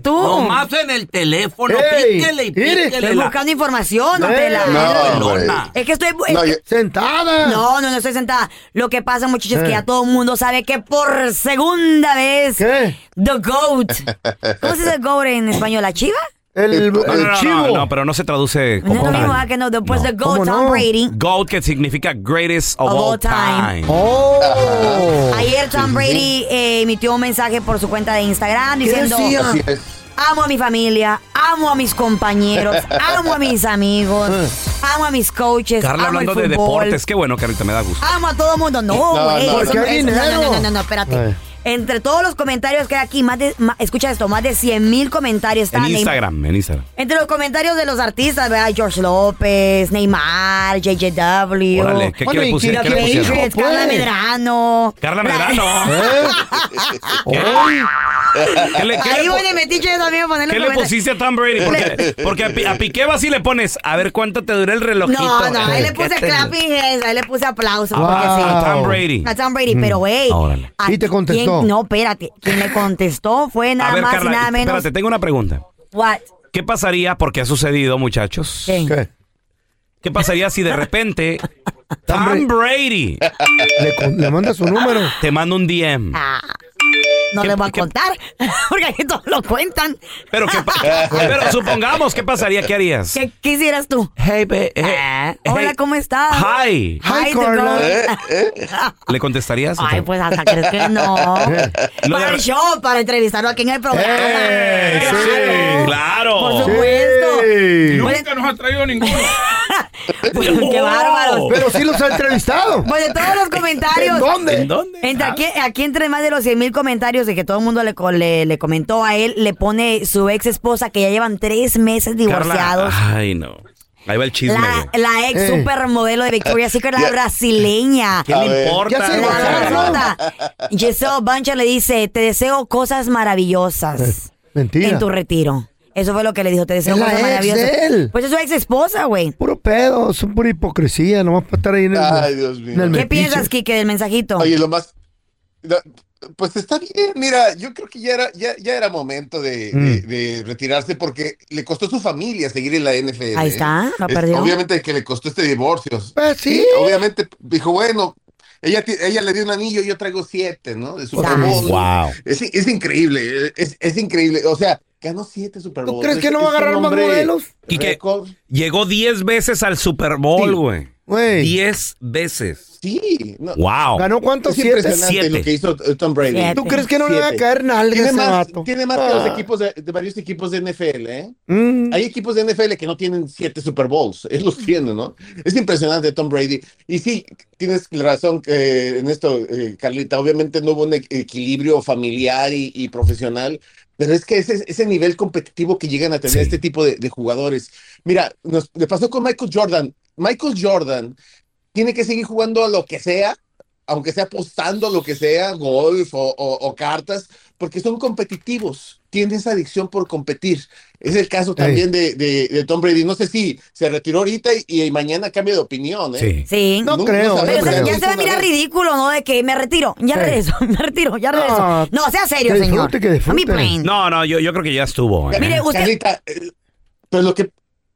Speaker 22: Nomás en el teléfono, píquele y píquele.
Speaker 2: Estoy buscando información, don
Speaker 22: Ey,
Speaker 2: Tela.
Speaker 22: no, hombre.
Speaker 2: Es que estoy... es
Speaker 22: No,
Speaker 2: que-
Speaker 22: yo-
Speaker 7: Sentada.
Speaker 2: No, no, no estoy sentada. Lo que pasa, muchachos, es
Speaker 22: Eh.
Speaker 2: que ya todo el mundo sabe que por segunda vez... The GOAT. ¿Cómo se dice GOAT en español? ¿La chiva?
Speaker 7: El,
Speaker 1: No, no, no, no, no, pero no se traduce
Speaker 2: No,
Speaker 1: como.
Speaker 2: no,
Speaker 1: tal.
Speaker 2: no, ah, que no. Después The GOAT,
Speaker 1: ¿Cómo
Speaker 2: Tom
Speaker 1: no?
Speaker 2: Brady.
Speaker 1: Goat, que significa greatest of,
Speaker 2: Of all
Speaker 1: all time.
Speaker 2: Oh.
Speaker 1: Oh.
Speaker 2: Ayer Tom Brady eh, emitió un mensaje por su cuenta de Instagram diciendo... "Pues,
Speaker 4: Así es.
Speaker 2: Amo a mi familia, amo a mis compañeros, amo a mis amigos,
Speaker 1: Ah.
Speaker 2: amo a mis coaches,
Speaker 1: Carla
Speaker 2: amo el
Speaker 1: hablando de
Speaker 2: fútbol, Ah,
Speaker 1: deportes, qué bueno, Carlita, me da gusto.
Speaker 2: Amo a todo mundo. No,
Speaker 1: No,
Speaker 2: güey.
Speaker 1: no,
Speaker 2: eso
Speaker 1: porque
Speaker 2: no
Speaker 1: hay
Speaker 2: es- no, no, no, no, no, espérate.
Speaker 1: Eh.
Speaker 2: Entre todos los comentarios que hay aquí, más de, ma- escucha esto, más de 100 mil comentarios están
Speaker 1: En Instagram, en Instagram.
Speaker 2: Entre los comentarios de los artistas, ¿verdad? George López, Neymar, JJW.
Speaker 1: Órale, ¿qué- qué le pusieron? ¿Qué le
Speaker 2: Patriots,
Speaker 1: pusieron?
Speaker 2: Carla
Speaker 1: Pues. ¿Eh?
Speaker 2: Medrano.
Speaker 1: Carla Medrano. ¿Qué le- qué le
Speaker 2: Ahí
Speaker 1: pu-
Speaker 2: voy de metiche también a ponerle
Speaker 1: ¿Qué le
Speaker 2: comentarios.
Speaker 1: pusiste a Tom Brady? Porque, porque a, Pi- a Piqué vas y le pones, a ver cuánto te dura el relojito.
Speaker 2: No, no, ahí le
Speaker 1: ¿Qué
Speaker 2: puse
Speaker 1: te-
Speaker 2: clapping hands, ahí le puse aplauso.
Speaker 1: Wow.
Speaker 2: porque sí.
Speaker 1: A Tom Brady. Mm.
Speaker 2: A Tom Brady, pero güey.
Speaker 1: Órale.
Speaker 2: ¿a
Speaker 1: Y te contestó.
Speaker 2: quién- no, espérate. Quien le contestó fue
Speaker 1: A
Speaker 2: nada
Speaker 1: ver,
Speaker 2: más
Speaker 1: Carla,
Speaker 2: y nada menos.
Speaker 1: espérate, tengo una pregunta.
Speaker 2: What?
Speaker 1: ¿Qué pasaría, porque ha sucedido, muchachos?
Speaker 2: ¿Qué?
Speaker 1: ¿Qué pasaría si de repente Tom Brady
Speaker 7: le, con- le manda su número?
Speaker 1: te manda un DM?
Speaker 2: Ah, no les voy a contar, porque aquí todos lo cuentan.
Speaker 1: Pero, que pa- pero supongamos, ¿qué pasaría? ¿Qué harías?
Speaker 2: ¿Qué qué hicieras tú? Ah,
Speaker 1: Hey, be-
Speaker 9: eh,
Speaker 1: hey,
Speaker 2: Hola,
Speaker 1: hey.
Speaker 2: ¿cómo estás?
Speaker 1: Hi.
Speaker 2: Hi, Carla.
Speaker 1: ¿Le contestarías?
Speaker 2: Ay, pues hasta crees que no.
Speaker 1: Lo de-
Speaker 2: Para el show, para entrevistarlo aquí en el programa.
Speaker 1: Claro.
Speaker 2: Por supuesto. Pues,
Speaker 9: Nunca nos ha traído ninguno.
Speaker 2: ¡Qué bárbaros!
Speaker 9: Oh. Pero sí los ha entrevistado.
Speaker 2: Pues de todos los comentarios.
Speaker 9: ¿En dónde?
Speaker 1: ¿En dónde?
Speaker 2: Entre aquí, aquí entre más de los 100 mil comentarios de que todo el mundo le, co- le, le comentó a él, le pone su ex esposa que ya llevan tres meses divorciados.
Speaker 1: Carla, ay, no. Ahí va el chisme.
Speaker 2: La,
Speaker 1: güey.
Speaker 2: Ah, la ex
Speaker 1: Eh.
Speaker 2: supermodelo de Victoria Secret, la
Speaker 1: Ya.
Speaker 2: brasileña.
Speaker 1: ¿Qué le A ver. importa? Ya se
Speaker 2: La
Speaker 1: divorciaron.
Speaker 2: grandota. Giselle Bancha le dice, te deseo cosas maravillosas
Speaker 7: Mentira.
Speaker 2: en tu retiro. Eso fue lo que le dijo, te deseo
Speaker 7: Es la
Speaker 2: cosas
Speaker 7: ex de
Speaker 2: maravillosas.
Speaker 7: él.
Speaker 2: Pues es su ex esposa, güey.
Speaker 7: Puro pedo, son pura hipocresía, nomás para estar ahí en el.
Speaker 4: Ay, Dios mío.
Speaker 7: en el
Speaker 2: ¿Qué
Speaker 7: metiche.
Speaker 2: piensas, Kike, del mensajito?
Speaker 4: Oye, lo más. lo- Pues está bien, mira, yo creo que ya era, ya, ya era momento de,
Speaker 7: Mm.
Speaker 4: de- de retirarse porque le costó a su familia seguir en la NFL.
Speaker 2: Ahí está,
Speaker 4: ¿eh?
Speaker 2: la
Speaker 4: Es-
Speaker 2: perdió.
Speaker 4: Obviamente que le costó este divorcio.
Speaker 7: Pues sí.
Speaker 4: Obviamente dijo, bueno, Ella, ti- ella le dio un anillo, yo traigo siete, ¿no? De Super
Speaker 3: Wow.
Speaker 4: Bowl.
Speaker 3: Wow.
Speaker 4: Es, es increíble, es, es increíble. O sea, ganó siete Super Bowl.
Speaker 3: crees que no va a agarrar más modelos?
Speaker 1: Y que llegó 10 veces al Super Bowl, güey. 10 veces.
Speaker 4: Sí. no.
Speaker 1: Wow.
Speaker 4: ¿Ganó cuántos?
Speaker 1: Es
Speaker 4: Siete.
Speaker 1: impresionante
Speaker 4: Siete.
Speaker 1: lo que hizo,
Speaker 4: eh, Tom Brady.
Speaker 1: Siete.
Speaker 4: ¿Tú crees que no le va a caer
Speaker 7: nalga
Speaker 4: Tiene
Speaker 7: ese
Speaker 4: más,
Speaker 7: vato.
Speaker 4: tiene más que
Speaker 7: Ah.
Speaker 4: los equipos de, de varios equipos de NFL, ¿eh? Hay equipos de NFL que no tienen siete Super Bowls, ellos los tienen, ¿no? Es impresionante Tom Brady. Y sí, tienes razón eh, en esto, eh, Carlita. Obviamente no hubo un equ- equilibrio familiar y, y profesional, pero es que ese, ese nivel competitivo que llegan a tener este tipo de, de jugadores. Mira, nos, le pasó con Michael Jordan. Michael Jordan tiene que seguir jugando a lo que sea, aunque sea apostando a lo que sea, golf o, o- o cartas, porque son competitivos. Tiene esa adicción por competir. Es el caso también de, de- de Tom Brady. No sé si se retiró ahorita y, y mañana cambia de opinión. ¿eh?
Speaker 1: Sí.
Speaker 2: Sí.
Speaker 4: No,
Speaker 2: Pero,
Speaker 4: sabemos,
Speaker 2: o sea,
Speaker 4: pero
Speaker 2: ya se va a mirar ridículo, ¿no? De que me retiro, ya
Speaker 1: Sí.
Speaker 2: regreso, me retiro, ya regreso.
Speaker 1: Ah,
Speaker 2: no, sea serio, señor. A mí, plain.
Speaker 1: No, no, yo, yo creo que ya estuvo. ¿eh?
Speaker 2: Mire, usted-
Speaker 4: Carlita, eh, pero lo que,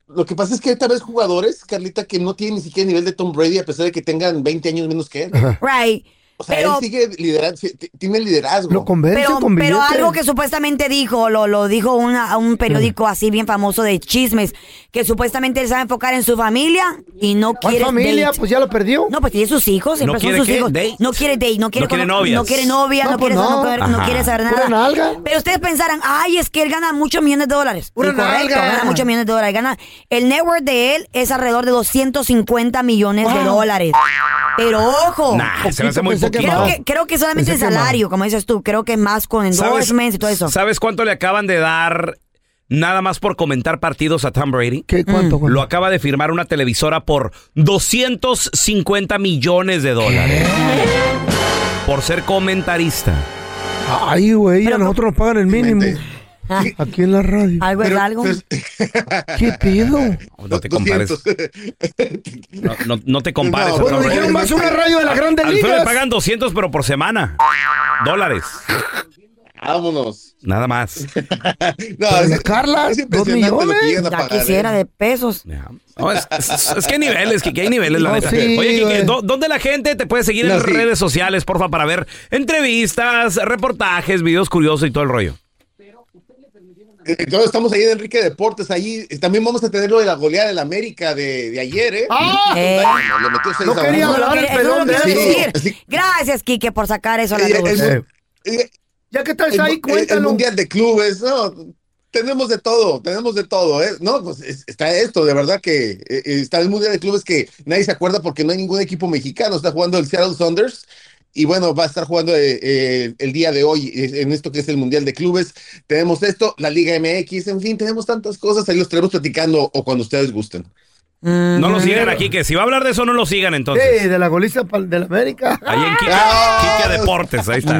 Speaker 4: lo que pasa es que hay tal vez jugadores, Carlita, que no tienen ni siquiera el nivel de Tom Brady, a pesar de que tengan 20 años menos que él.
Speaker 2: Right.
Speaker 4: O sea,
Speaker 2: Pero-
Speaker 4: él sigue liderando, tiene liderazgo. Lo
Speaker 2: Pero, pero algo que supuestamente dijo, lo, lo dijo una- a un periódico así bien famoso de chismes, que supuestamente él se va a enfocar en su familia y no quiere.
Speaker 7: familia?
Speaker 2: Pues ya lo perdió. No, pues tiene sus hijos, siempre
Speaker 7: ¿No
Speaker 2: son
Speaker 7: quiere
Speaker 2: sus
Speaker 7: qué?
Speaker 2: hijos.
Speaker 7: ¿Date?
Speaker 2: No quiere date, no quiere,
Speaker 7: No quiere
Speaker 2: cono-
Speaker 7: novias.
Speaker 2: No quiere novias,
Speaker 7: No,
Speaker 2: no,
Speaker 7: pues
Speaker 2: quiere
Speaker 7: no.
Speaker 2: saber, no
Speaker 7: Ajá.
Speaker 2: quiere saber
Speaker 7: Pura
Speaker 2: nada.
Speaker 7: nalga.
Speaker 2: Pero ustedes pensarán, ay, es que él gana muchos millones de dólares. Incorrecto,
Speaker 7: nalga.
Speaker 2: gana muchos millones de dólares. Gana, el network de él es alrededor de 250 millones de
Speaker 7: Wow.
Speaker 2: dólares. Pero ojo,
Speaker 1: Nah, se me hace muy Pensé que
Speaker 2: creo,
Speaker 1: más.
Speaker 2: que, creo que solamente el
Speaker 1: Pensé que más.
Speaker 2: salario, como dices tú, creo que más con endorsements y todo eso.
Speaker 1: ¿Sabes cuánto le acaban de dar nada más por comentar partidos a Tom Brady?
Speaker 2: cuánto,
Speaker 1: Lo acaba de firmar una televisora por 250 millones de dólares. Por ser comentarista.
Speaker 7: Ay, güey, a nosotros nos pagan el mínimo. Aquí en la radio.
Speaker 2: Algo es algo.
Speaker 4: pues,
Speaker 7: ¿Qué pedo?
Speaker 1: No te compares. No, no- no te compares
Speaker 7: No,
Speaker 1: a
Speaker 7: pues
Speaker 1: Tom
Speaker 7: me
Speaker 1: Brady.
Speaker 7: dijeron, vas a una radio de las
Speaker 1: A-
Speaker 7: grandes
Speaker 1: al Fred
Speaker 7: ligas.
Speaker 1: le pagan 200 pero por semana. Dólares.
Speaker 4: Vámonos.
Speaker 1: Nada más.
Speaker 2: Carla,
Speaker 4: dos impresionante lo que llegan a millones.
Speaker 2: Ya
Speaker 4: pagar, ¿eh?
Speaker 2: quisiera de pesos.
Speaker 1: No, es, es- es que hay niveles, que hay niveles, la
Speaker 2: No,
Speaker 1: neta.
Speaker 2: sí,
Speaker 1: Oye, Kike,
Speaker 2: güey.
Speaker 1: ¿dó- ¿dónde la gente te puede seguir
Speaker 4: No,
Speaker 1: en
Speaker 4: sí.
Speaker 1: redes sociales, porfa, para ver entrevistas, reportajes, videos curiosos y todo el rollo?
Speaker 4: Eh, Entonces estamos ahí en Enrique Deportes, ahí eh, también vamos a tener lo de la goleada del América de, de ayer, ¿eh?
Speaker 2: ¡Ah! Eh.
Speaker 4: Le metió seis
Speaker 2: No
Speaker 4: a
Speaker 2: quería
Speaker 4: uno.
Speaker 2: hablar, Eso es lo pelón que de quiero él. decir. Gracias, Quique, por sacar eso a la
Speaker 4: Eh,
Speaker 2: luz.
Speaker 4: eh, Ya que estás
Speaker 2: ahí,
Speaker 4: El,
Speaker 2: cuéntalo.
Speaker 4: mundial de clubes, no, tenemos de todo, tenemos de todo, ¿eh? No, pues es- está esto, de verdad que eh, eh, está el mundial de clubes que nadie se acuerda porque no hay ningún equipo mexicano, está jugando el Seattle Saunders. Y bueno, va a estar jugando eh, eh, el día de hoy eh, en esto que es el Mundial de Clubes. Tenemos esto, la Liga MX, en fin, tenemos tantas cosas. Ahí los tenemos platicando o cuando ustedes gusten.
Speaker 7: Mm,
Speaker 1: No lo sigan aquí, que si va a hablar de eso, no lo sigan entonces.
Speaker 7: Ey, de la golista pal- de la América.
Speaker 1: Ahí en Kike, Kike Deportes, ahí está.